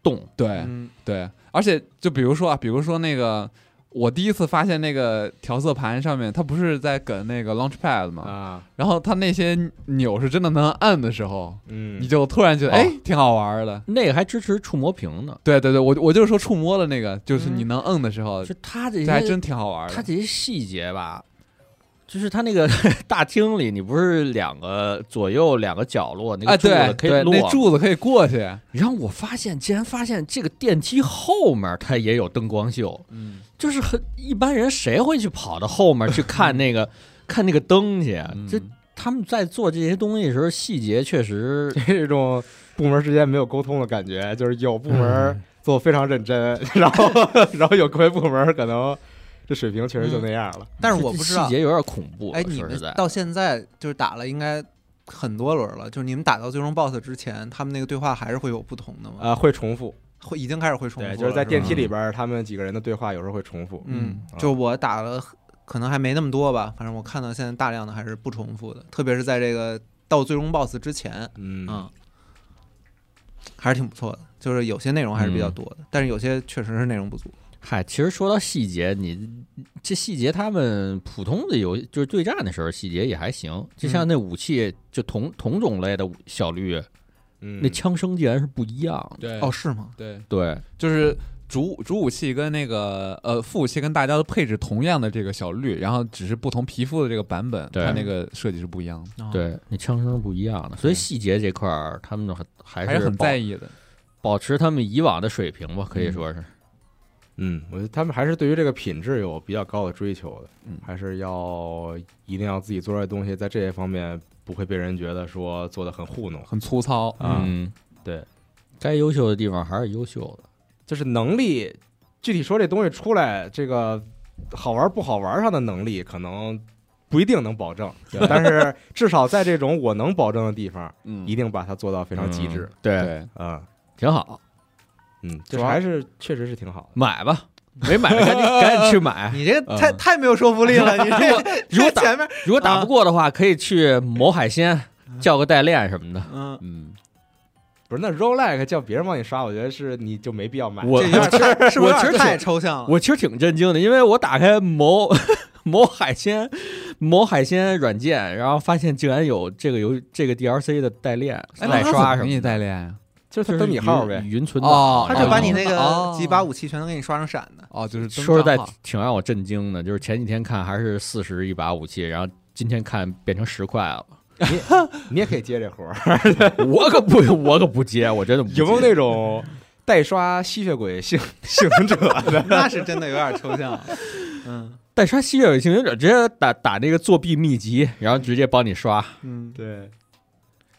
动，对嗯对。而且就比如说啊，比如说那个，我第一次发现那个调色盘上面，它不是在梗那个 Launchpad 嘛，啊，然后它那些钮是真的能按的时候，嗯，你就突然觉得哦哎，挺好玩的。那个还支持触摸屏呢。对对对，我我就是说触摸的那个，就是你嗯能摁的时候，就他这这还些，真挺好玩他的。这些细节吧，就是他那个 大厅里，你不是两个左右两个角落啊那哎，个柱对子可对，以那落，柱子可以过去，然后我发现，竟然发现这个电梯后面它也有灯光秀，嗯，就是很一般人谁会去跑到后面去看那 个看那个灯去？这嗯他们在做这些东西的时候，细节确实 这种部门之间没有沟通的感觉，就是有部门做得非常认真， 然后然后有各位部门可能这水平确实嗯就那样了。但是我不知道细，节有点恐怖。哎，说你实们在到现在就是打了应该很多轮了，就是你们打到最终 BOSS 之前，他们那个对话还是会有不同的吗？啊，会重复，会已经开始嗯会重复对，了，就是在电吧梯里边儿，他们几个人的对话有时候会重复。嗯嗯，就我打了，可能还没那么多吧。反正我看到现在大量的还是不重复的，特别是在这个到最终 BOSS 之前，嗯嗯，还是挺不错的。就是有些内容还是比嗯较多的，但是有些确实是内容不足。嗨，其实说到细节，你这细节他们普通的游就是对战的时候细节也还行，就嗯像那武器就同同种类的武小绿，嗯那枪声竟然是不一样的。对哦，是吗？对，对，就是主主武器跟那个呃副武器跟大家的配置同样的这个小绿，然后只是不同皮肤的这个版本，对它那个设计是不一样的，哦，对，那枪声不一样的，所以细节这块儿他们还还是很保在意的。保持他们以往的水平吧，可以说是。嗯，我觉得他们还是对于这个品质有比较高的追求的，嗯还是要一定要自己做出来的东西，在这些方面不会被人觉得说做的很糊弄，很粗糙，啊嗯，对，该优秀的地方还是优秀的。就是能力。具体说这东西出来，这个好玩不好玩上的能力可能不一定能保 证，但是至少在这种我能保证的地方，嗯一定把它做到非常极致嗯。对，对，啊，挺好，嗯，主就要是还是确实是挺好的。买吧，没买的赶 紧赶紧去买。你这个太太没有说服力了，你这哎嗯 如果这打前面，如果打不过的话，可以去某海鲜叫个代练什么的。嗯，嗯，不是，那 roguelike 叫别人帮你刷，我觉得是你就没必要买。我这有点太是不是有点太抽象了？我其实挺震惊的，因为我打开某 某海鲜某海鲜软件，然后发现竟然有这个游这个 DLC 的代练、哎代刷什给你么的，代练啊呀？就是就是登你号呗云，云存哦档他就把你然后那个哦几把武器全都给你刷成闪的，哦，就是登说实在账号挺让我震惊的，就是前几天看还是四十一把武器，然后今天看变成十块了。你也可以接这活 儿。我可不，我可不接，我真的不接有没有那种代刷吸血鬼幸幸存者的？那是真的有点抽象。嗯但刷吸血鬼幸存者直接打打那个作弊秘籍，然后直接帮你刷。嗯，对，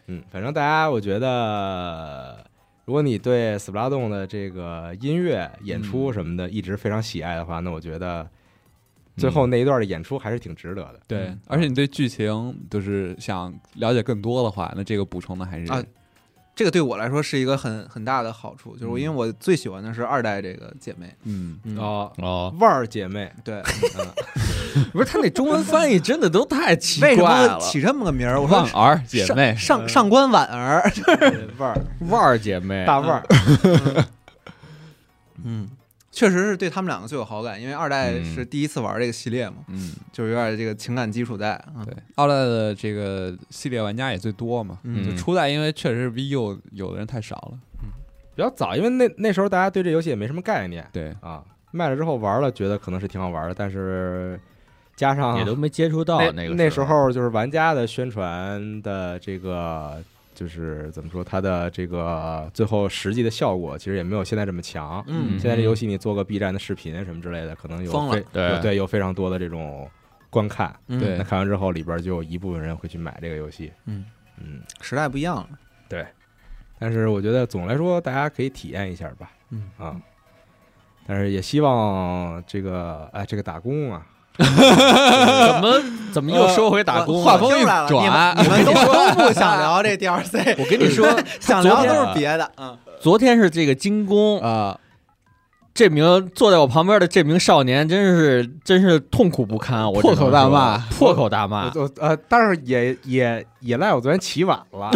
嗯，反正大家我觉得，如果你对 s p l a t o n 的这个音乐演出什么的一直非常喜爱的话，那我觉得最后那一段的演出还是挺值得的。对嗯，而且你对剧情就是想了解更多的话，那这个补充的还是啊这个对我来说是一个很很大的好处，就是我因为我最喜欢的是二代这个姐妹。嗯，嗯，哦，哦，腕儿姐妹，对，不是他那中文翻译真的都太奇怪为什么了。起这么个名儿？我说万儿姐妹，上上官婉儿， 嗯腕儿哎腕儿姐妹，大腕儿。嗯，确实是对他们两个最有好感，因为二代是第一次玩这个系列嘛，嗯，就是有点这个情感基础在啊。对，二代的这个系列玩家也最多嘛。嗯就初代因为确实是 VU 有的人太少了，比较早，因为那那时候大家对这游戏也没什么概念对，啊，卖了之后玩了，觉得可能是挺好玩的，但是加上也都没接触到啊那个那时时，候就是玩家的宣传的这个，就是怎么说，它的这个最后实际的效果其实也没有现在这么强。嗯现在这游戏你做个 B 站的视频什么之类的，可能有疯了非对有对有非常多的这种观看。嗯对那看完之后，里边就有一部分人会去买这个游戏。嗯嗯，时代不一样了。但是我觉得总来说，大家可以体验一下吧。嗯啊，但是也希望这个哎，这个打工啊，怎么怎么又说回打工我了？我听出来了，你们你们都都不想聊这 DLC，我跟你说，想聊的都是别的。嗯，昨天是这个金工，呃啊，这名坐在我旁边的这名少年，真是真是痛苦不堪，啊我只能破口大骂说，破口大骂。我我呃，但是也也也赖我昨天起 晚了。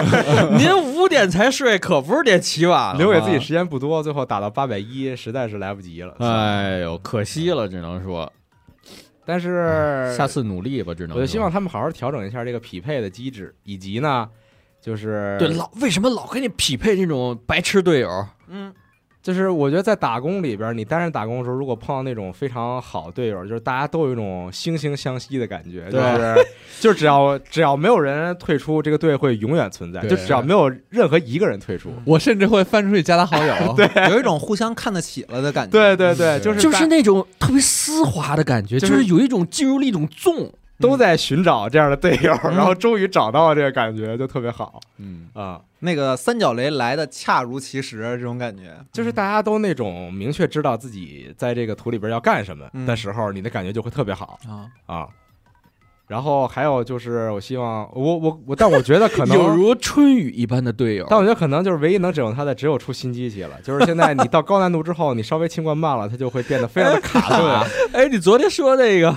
您五点才睡，可不是得起晚了，留给哦自己。时间不多，最后打到八百一，实在是来不及了。哎呦，可惜了，只能说但是嗯下次努力吧，只能我就说。希望他们好好调整一下这个匹配的机制，以及呢，就是对老为什么老跟你匹配这种白痴队友？嗯，就是我觉得在打工里边，你单人打工的时候，如果碰到那种非常好队友，就是大家都有一种惺惺相惜的感觉，就对是 就只要只要没有人退出，这个队会永远存在，对就只要没有任何一个人退出。嗯我甚至会翻出去加他好友。 对，有一种互相看得起了的感觉。对对对，嗯就是就大是那种特别丝滑的感觉，就就是是有一种进入了一种纵。都在寻找这样的队友，嗯然后终于找到这个感觉，就特别好嗯，啊。那个三角雷来的恰如其时，这种感觉。就是大家都那种明确知道自己在这个图里边要干什么嗯的时候，你的感觉就会特别好啊，啊。然后还有就是，我希望我我我，但我觉得可能 有如春雨一般的队友但，我觉得可能就是唯一能整容他的只有出新机器了。就是现在你到高难度之后，你稍微清关慢了，它就会变得非常的卡顿。 哎，你昨天说那个，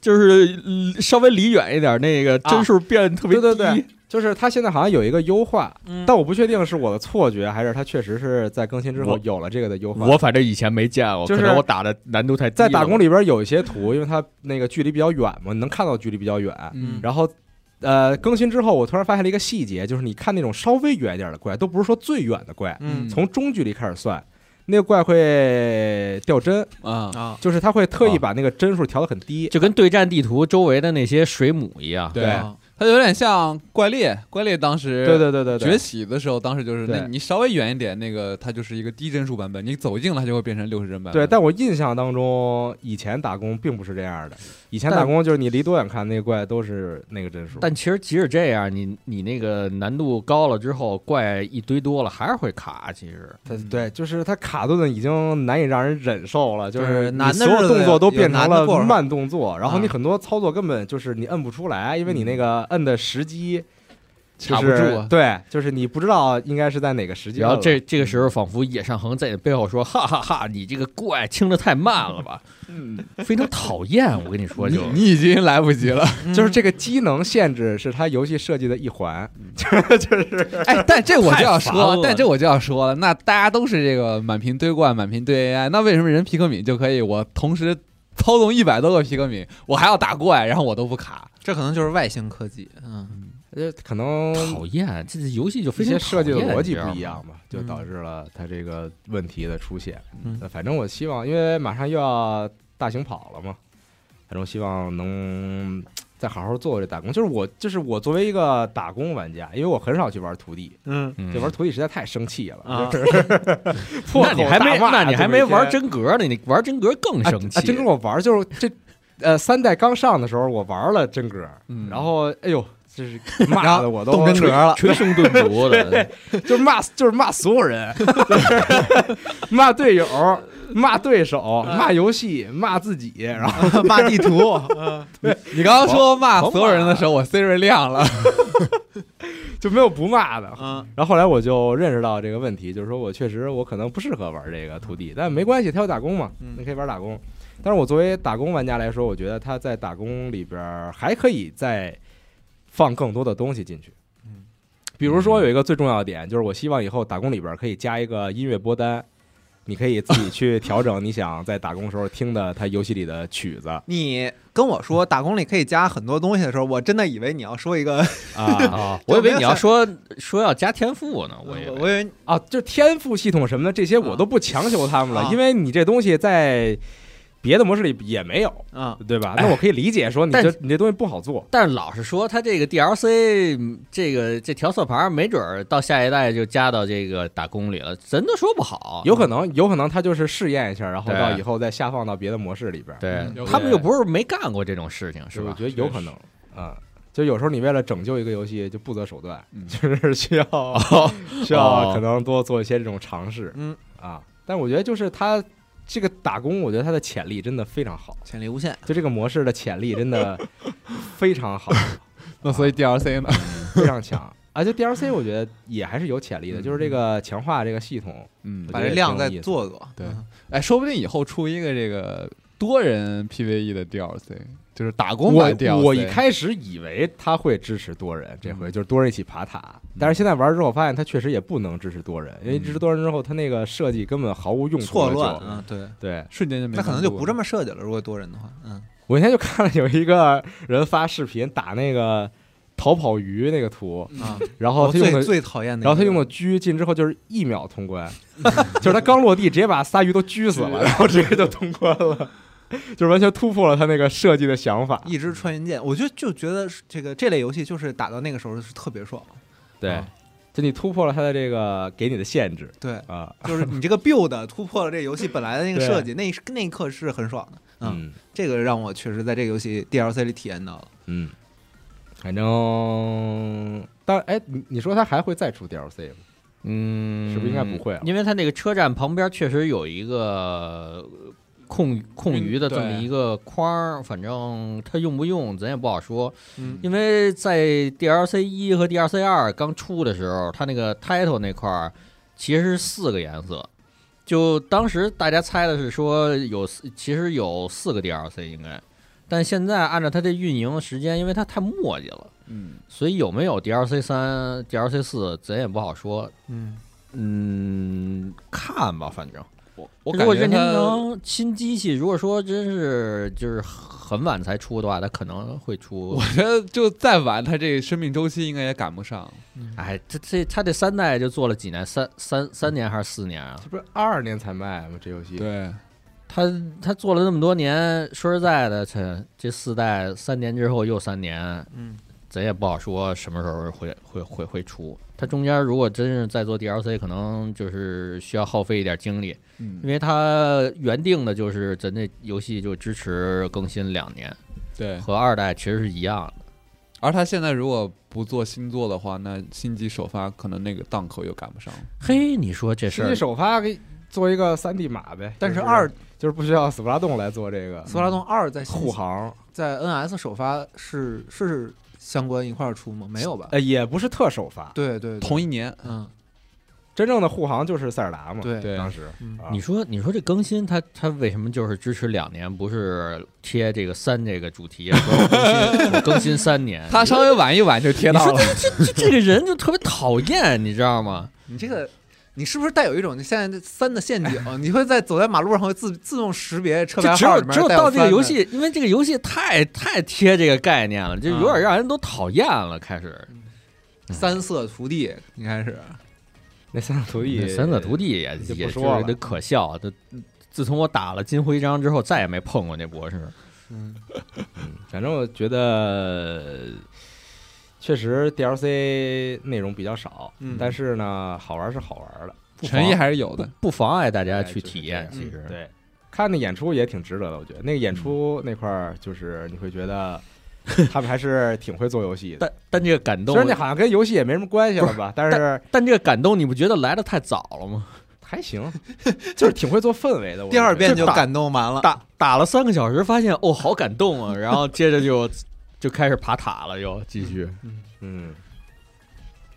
就是嗯稍微离远一点，那个啊帧数变得特别对低。对对，就是它现在好像有一个优化，嗯但我不确定是我的错觉还是它确实是在更新之后我有了这个的优化。我反正以前没见过，就是可能我打的难度太低在了。打工里边有一些图，因为它那个距离比较远嘛，你能看到距离比较远。嗯然后，呃，更新之后，我突然发现了一个细节，就是你看那种稍微远一点的怪，都不是说最远的怪，嗯从中距离开始算，那个怪会掉帧，啊，啊，就是它会特意啊把那个帧数调得很低。就跟对战地图周围的那些水母一样。对，它有点像怪猎，怪猎当时对对对对对，崛起的时候，当时就是对那你稍微远一点，那个它就是一个低帧数版本，你走近了它就会变成六十帧版本。对，但我印象当中，以前打工并不是这样的。以前但打工就是你离多远看那个怪都是那个帧数。但其实即使这样，你你那个难度高了之后，怪一堆多了，还是会卡。其实它对，就是它卡顿已经难以让人忍受了，就对是你难所的有日子动作都有变成难的了过法慢动作，然后你啊很多操作根本就是你摁不出来，因为你那个摁的时机就卡不是住啊对，就是你不知道应该是在哪个时机摁然了。后这这个时候，仿佛野上恒在你背后说：“哈哈哈你这个怪清的太慢 了吧，嗯非常讨厌。”我跟你说，你就你已经来不及了。就是这个机能限制是它游戏设计的一环，就是哎，但这我就要太烦说了，但这我就要说了，那大家都是这个满屏堆怪、满屏堆 AI，那为什么人皮克敏就可以我同时操纵一百多个皮克敏，我还要打怪，然后我都不卡？这可能就是外星科技。 嗯，呃可能讨厌，这游戏就非一些常设计的讨厌逻辑不你一知道吗样嘛，就导嗯致了它这个问题的出现。嗯呃反正我希望，因为马上又要大型跑了嘛，反正我希望能再好好做这打工。就是我，就是我作为一个打工玩家，因为我很少去玩徒弟，嗯嗯就玩徒弟实在太生气了，啊就是 破那你口还大没，骂那你就还每没玩天真格呢，你玩真格 更啊生啊气真。跟我玩就是这。呃，三代刚上的时候，我玩了真格，嗯然后哎呦， 就是然骂后的我都动真格了，捶胸顿足 的，就是骂就是骂所有人， 骂队友，骂对手，嗯骂游戏，骂自己，然后骂地 图。你刚刚说骂所有人的时候，我 Siri 亮了。就没有不骂的。嗯然后后来我就认识到这个问题，就是说我确实我可能不适合玩这个徒弟，但没关系，他有打工嘛嗯，你可以玩打工。但是我作为打工玩家来说，我觉得他在打工里边儿还可以再放更多的东西进去嗯。比如说有一个最重要的点，就是我希望以后打工里边儿可以加一个音乐播单，你可以自己去调整你想在打工时候听的它游戏里的曲子啊你跟我说打工里可以加很多东西的时候，我真的以为你要说一个， 啊我以为你要说说要加天赋呢， 我以以为为啊！就天赋系统什么的，这些啊我都不强求他们了，啊因为你这东西在别的模式里也没有，啊，对吧？那我可以理解说你哎但这你这东西不好做，但是老实说，它这个 DLC 嗯这个这调色盘，没准儿到下一代就加到这个打工里了，真的说不好。有可能有可能它就是试验一下，然后对到以后再下放到别的模式里边儿，对有可能他们又不是没干过这种事情，是我吧？觉得有可能啊。就有时候你为了拯救一个游戏就不择手段，嗯就是需要、需要哦 可能多做一些这种尝试，嗯啊。但我觉得就是它这个打工，我觉得它的潜力真的非常好，潜力无限，就这个模式的潜力真的非常好，那所以 DLC 呢？非常强。啊，就 DLC 我觉得也还是有潜力的，嗯就是这个强化这个系统，嗯我觉，把得这也量挺再有意思做做，对嗯哎，说不定以后出一个这个多人 PVE 的 DLC，就是打工我版 DLC。我一开始以为它会支持多人，这回嗯就是多人一起爬塔。但是现在玩之后发现，它确实也不能支持多人，因为嗯支持多人之后，它那个设计根本毫无用处错了就乱，嗯，对，对瞬间就没那可能难就度不了这么设计了。如果多人的话，嗯，我那天就看了有一个人发视频打那个逃跑鱼那个图，啊，嗯然后我他用最的。最讨厌的一个，然后他用的狙进之后就是一秒通关， 就是他刚落地直接把仨鱼都狙死了，然后直接就通关了， 就是完全突破了他那个设计的想法。嗯一支穿云箭，我就就觉得是这个这类游戏就是打到那个时候是特别爽，对啊，就你突破了他的这个给你的限制对，啊， 就是你这个 build 突破了这游戏本来的那个对设计，那一那一刻是很爽的，嗯，嗯这个让我确实在这个游戏 DLC 里体验到了。嗯，反正当哎，你你说他还会再出 DLC 吗？嗯，是不是应该不会啊因为它那个车站旁边确实有一个呃空空余的这么对一个框儿，反正它用不用咱也不好说。嗯因为在 DLC 一和 DLC 二刚出的时候，它那个 title 那块儿其实是四个颜色，就当时大家猜的是说有四，其实有四个 DLC 应该，但现在按照它这运营时间，因为它太磨叽了，嗯，所以有没有 DLC 三、DLC 四咱也不好说。嗯，嗯，看吧，反正我我如感果觉任天它堂新机器，如果说真是就是很晚才出的话，它可能会出我。觉得就再晚，它这生命周期应该也赶不上。哎，这这它这三代就做了几年，三三三年还是四年啊？这不是二二年才卖吗？这游戏对，它它做了那么多年，说实在的，这这四代三年之后又三年，嗯，咱也不好说什么时候会会会会出。它中间如果真是在做 DLC，可能就是需要耗费一点精力，因嗯，为它原定的就是咱这游戏就支持更新两年，对。和二代其实是一样的。而它现在如果不做新作的话，那新机首发可能那个档口又赶不上。嘿，你说这事实际儿，首发给做一个三 D 码呗，但是就嗯二就是不需要斯普拉洞来做这个《斯拉洞二》在护航，在 NS 首发是是相关一块儿出吗？没有吧？哎呃，也不是特首发，对对，对同一年，嗯真正的护航就是塞尔达嘛，对对当时嗯啊你说你说这更新它它为什么就是支持两年，不是贴这个三这个主题？啊说我 更新我更新三年，它稍微晚一晚就贴你到说了。这这这这个人就特别讨厌，你知道吗？你这个。你是不是带有一种现在的三的陷 阱？你会在走在马路上会自自动识别车就牌只号有里面只有带到这个三游的戏，因为这个游戏太太贴这个概念了，就有嗯点让人都讨厌了。开始三色徒弟，应该是那三色徒弟，三色徒弟也就不也说是了得可笑。就自从我打了金徽章之后，再也没碰过那博士。嗯反正我觉得呃确实 DLC 内容比较少，嗯但是呢，好玩是好玩的，不妨诚意还是有的，不妨碍大家哎去就是体这验。样其实，对，看那演出也挺值得的，我觉得那个演出那块儿就是你会觉得他们还是挺会做游戏的。 但但这个感虽动，然这好像跟游戏也没什么关系了吧，但是但这个感动，你不觉得来的太早了吗？还行，就是挺会做氛围的。我 第二遍觉得就感动完 了，打打了三个小时，发现哦，好感动啊！然后接着就 就开始爬塔了，又继续。嗯，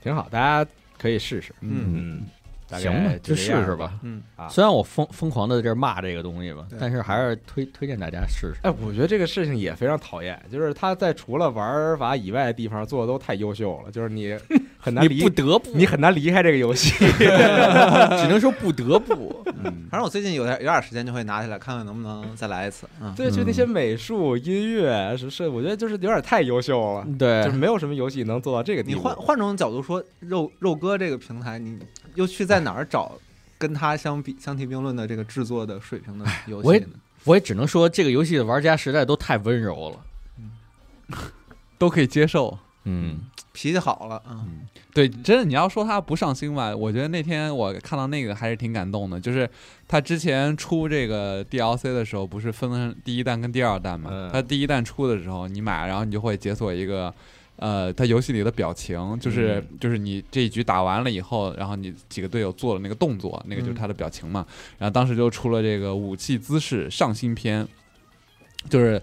挺好，大家可以试试。嗯嗯，大行概吧，就这就试样试吧。。嗯啊虽然我疯疯狂的在这儿骂这个东西吧对，但是还是推推荐大家试试。哎，我觉得这个事情 也非常讨厌，就是他在除了玩法以外的地方做的都太优秀了，就是你很难你离不，得不，你很难离开这个游戏。 只能说不得不。嗯反正我最近有点有点时间就会拿起来看看能不能再来一次。嗯，对，就那些美术、音乐是是，我觉得就是有点太优秀了， 对就是没有什么游戏能做到这个地你步。换换种角度说，肉肉哥这个平台，你又去在哪儿找跟他相比相提并论的这个制作的水平的哎游我戏也呢？我也只能说，这个游戏的玩家实在都太温柔了。都可以接受。嗯，脾气好了，嗯，对，真的，你要说他不上心吧，我觉得那天我看到那个还是挺感动的。就是他之前出这个 DLC 的时候，不是分了第一弹跟第二弹嘛？嗯他第一弹出的时候，你买，然后你就会解锁一个，呃，他游戏里的表情，就是、就是你这一局打完了以后，然后你几个队友做了那个动作，那个就是他的表情嘛。然后当时就出了这个武器姿势上新篇，就是。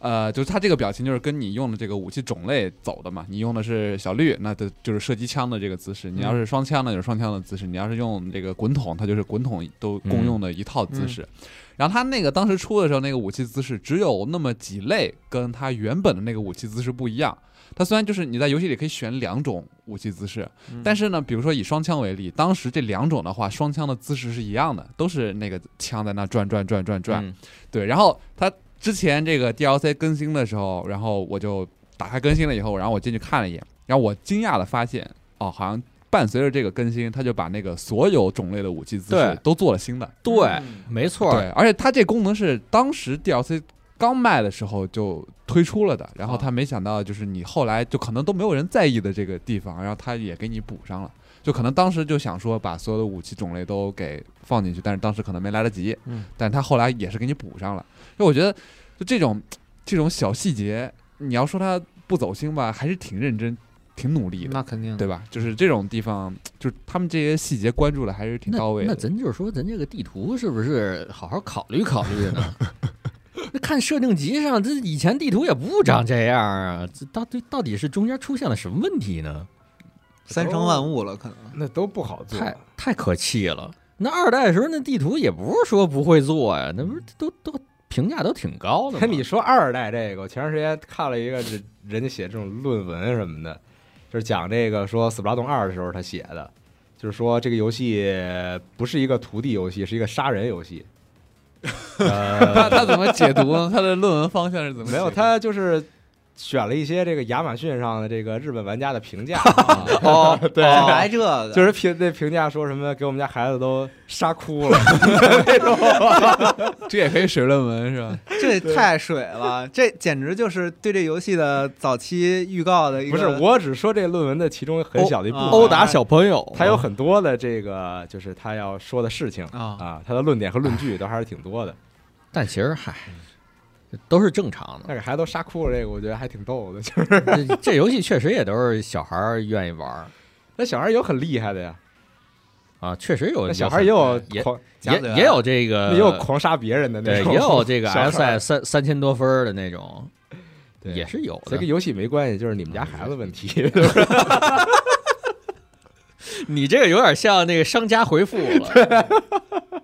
呃，就是他这个表情，就是跟你用的这个武器种类走的嘛。你用的是小绿，那就就是射击枪的这个姿势；你要是双枪呢，就是双枪的姿势；你要是用这个滚筒，它就是滚筒都共用的一套姿势。然后他那个当时出的时候，那个武器姿势只有那么几类跟他原本的那个武器姿势不一样。它虽然就是你在游戏里可以选两种武器姿势，但是呢，比如说以双枪为例，当时这两种的话，双枪的姿势是一样的，都是那个枪在那转转转转转。嗯对，然后它之前这个 DLC 更新的时候，然后我就打开更新了以后，然后我进去看了一眼，然后我惊讶的发现，哦，好像伴随着这个更新，它就把那个所有种类的武器姿对势都做了新的。哎对嗯，没错对，儿，而且它这功能是当时 DLC 刚卖的时候就推出了的，然后它没想到就是你后来就可能都没有人在意的这个地方，然后它也给你补上了。就可能当时就想说把所有的武器种类都给放进去，但是当时可能没来得及，嗯，但它后来也是给你补上了。就我觉得，就这种这种小细节，你要说它不走心吧，还是挺认真、挺努力的，那肯定对吧？就是这种地方，就是他们这些细节关注的还是挺那到位那的。咱就是说，咱这个地图是不是好好考虑考虑呢？ 那看设定集上，这以前地图也不长这样啊，这到底到底是中间出现了什么问题呢？三生万物了，可能那都不好做，太太可气了。那二代的时候，那地图也不是说不会做呀，那不是都都评价都挺高的吗。跟你说二代这个，我前段时间看了一个人 人家写这种论文什么的，就是讲这个说《斯普拉遁二》的时候他写的，就是说这个游戏不是一个徒弟游戏，是一个杀人游戏。他 呃，他怎么解读呢？他的论文方向是怎么解读？没有，他就是选了一些这个亚马逊上的这个日本玩家的评价，哦，对来这个就是评那评价说什么给我们家孩子都杀哭了，这也可以写论文是吧？这也太水了，这简直就是对这游戏的早期预告的一个不是，我只说这论文的其中很小的一部分，啊哦殴打小朋友，他有很多的这个就是他要说的事情啊，啊，他的论点和论据都还是挺多啊的。但其实嗨，都是正常的。那给孩子都杀哭了，这个我觉得还挺逗的。 就是这这游戏确实也都是小孩儿愿意玩儿那小孩有很厉害的呀，啊，确实有那小孩也有狂夹子也也有这个也有狂杀别人的那对，种，也 有这 个小孩 S I 三三千多分儿的那种，对也是有这的啊跟。游戏没关系，就是你们家孩子问题。你这个有点像那个商家回复 了，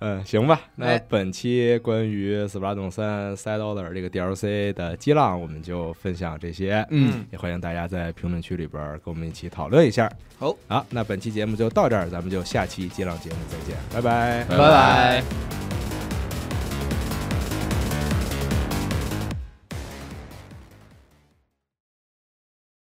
嗯，行吧，那哎本期关于《斯巴达洞三 Side Order》这个 DLC 的激浪，我们就分享这些。嗯，也欢迎大家在评论区里边儿跟我们一起讨论一下。好，好，那本期节目就到这儿，咱们就下期激浪节目再见，拜拜。拜拜。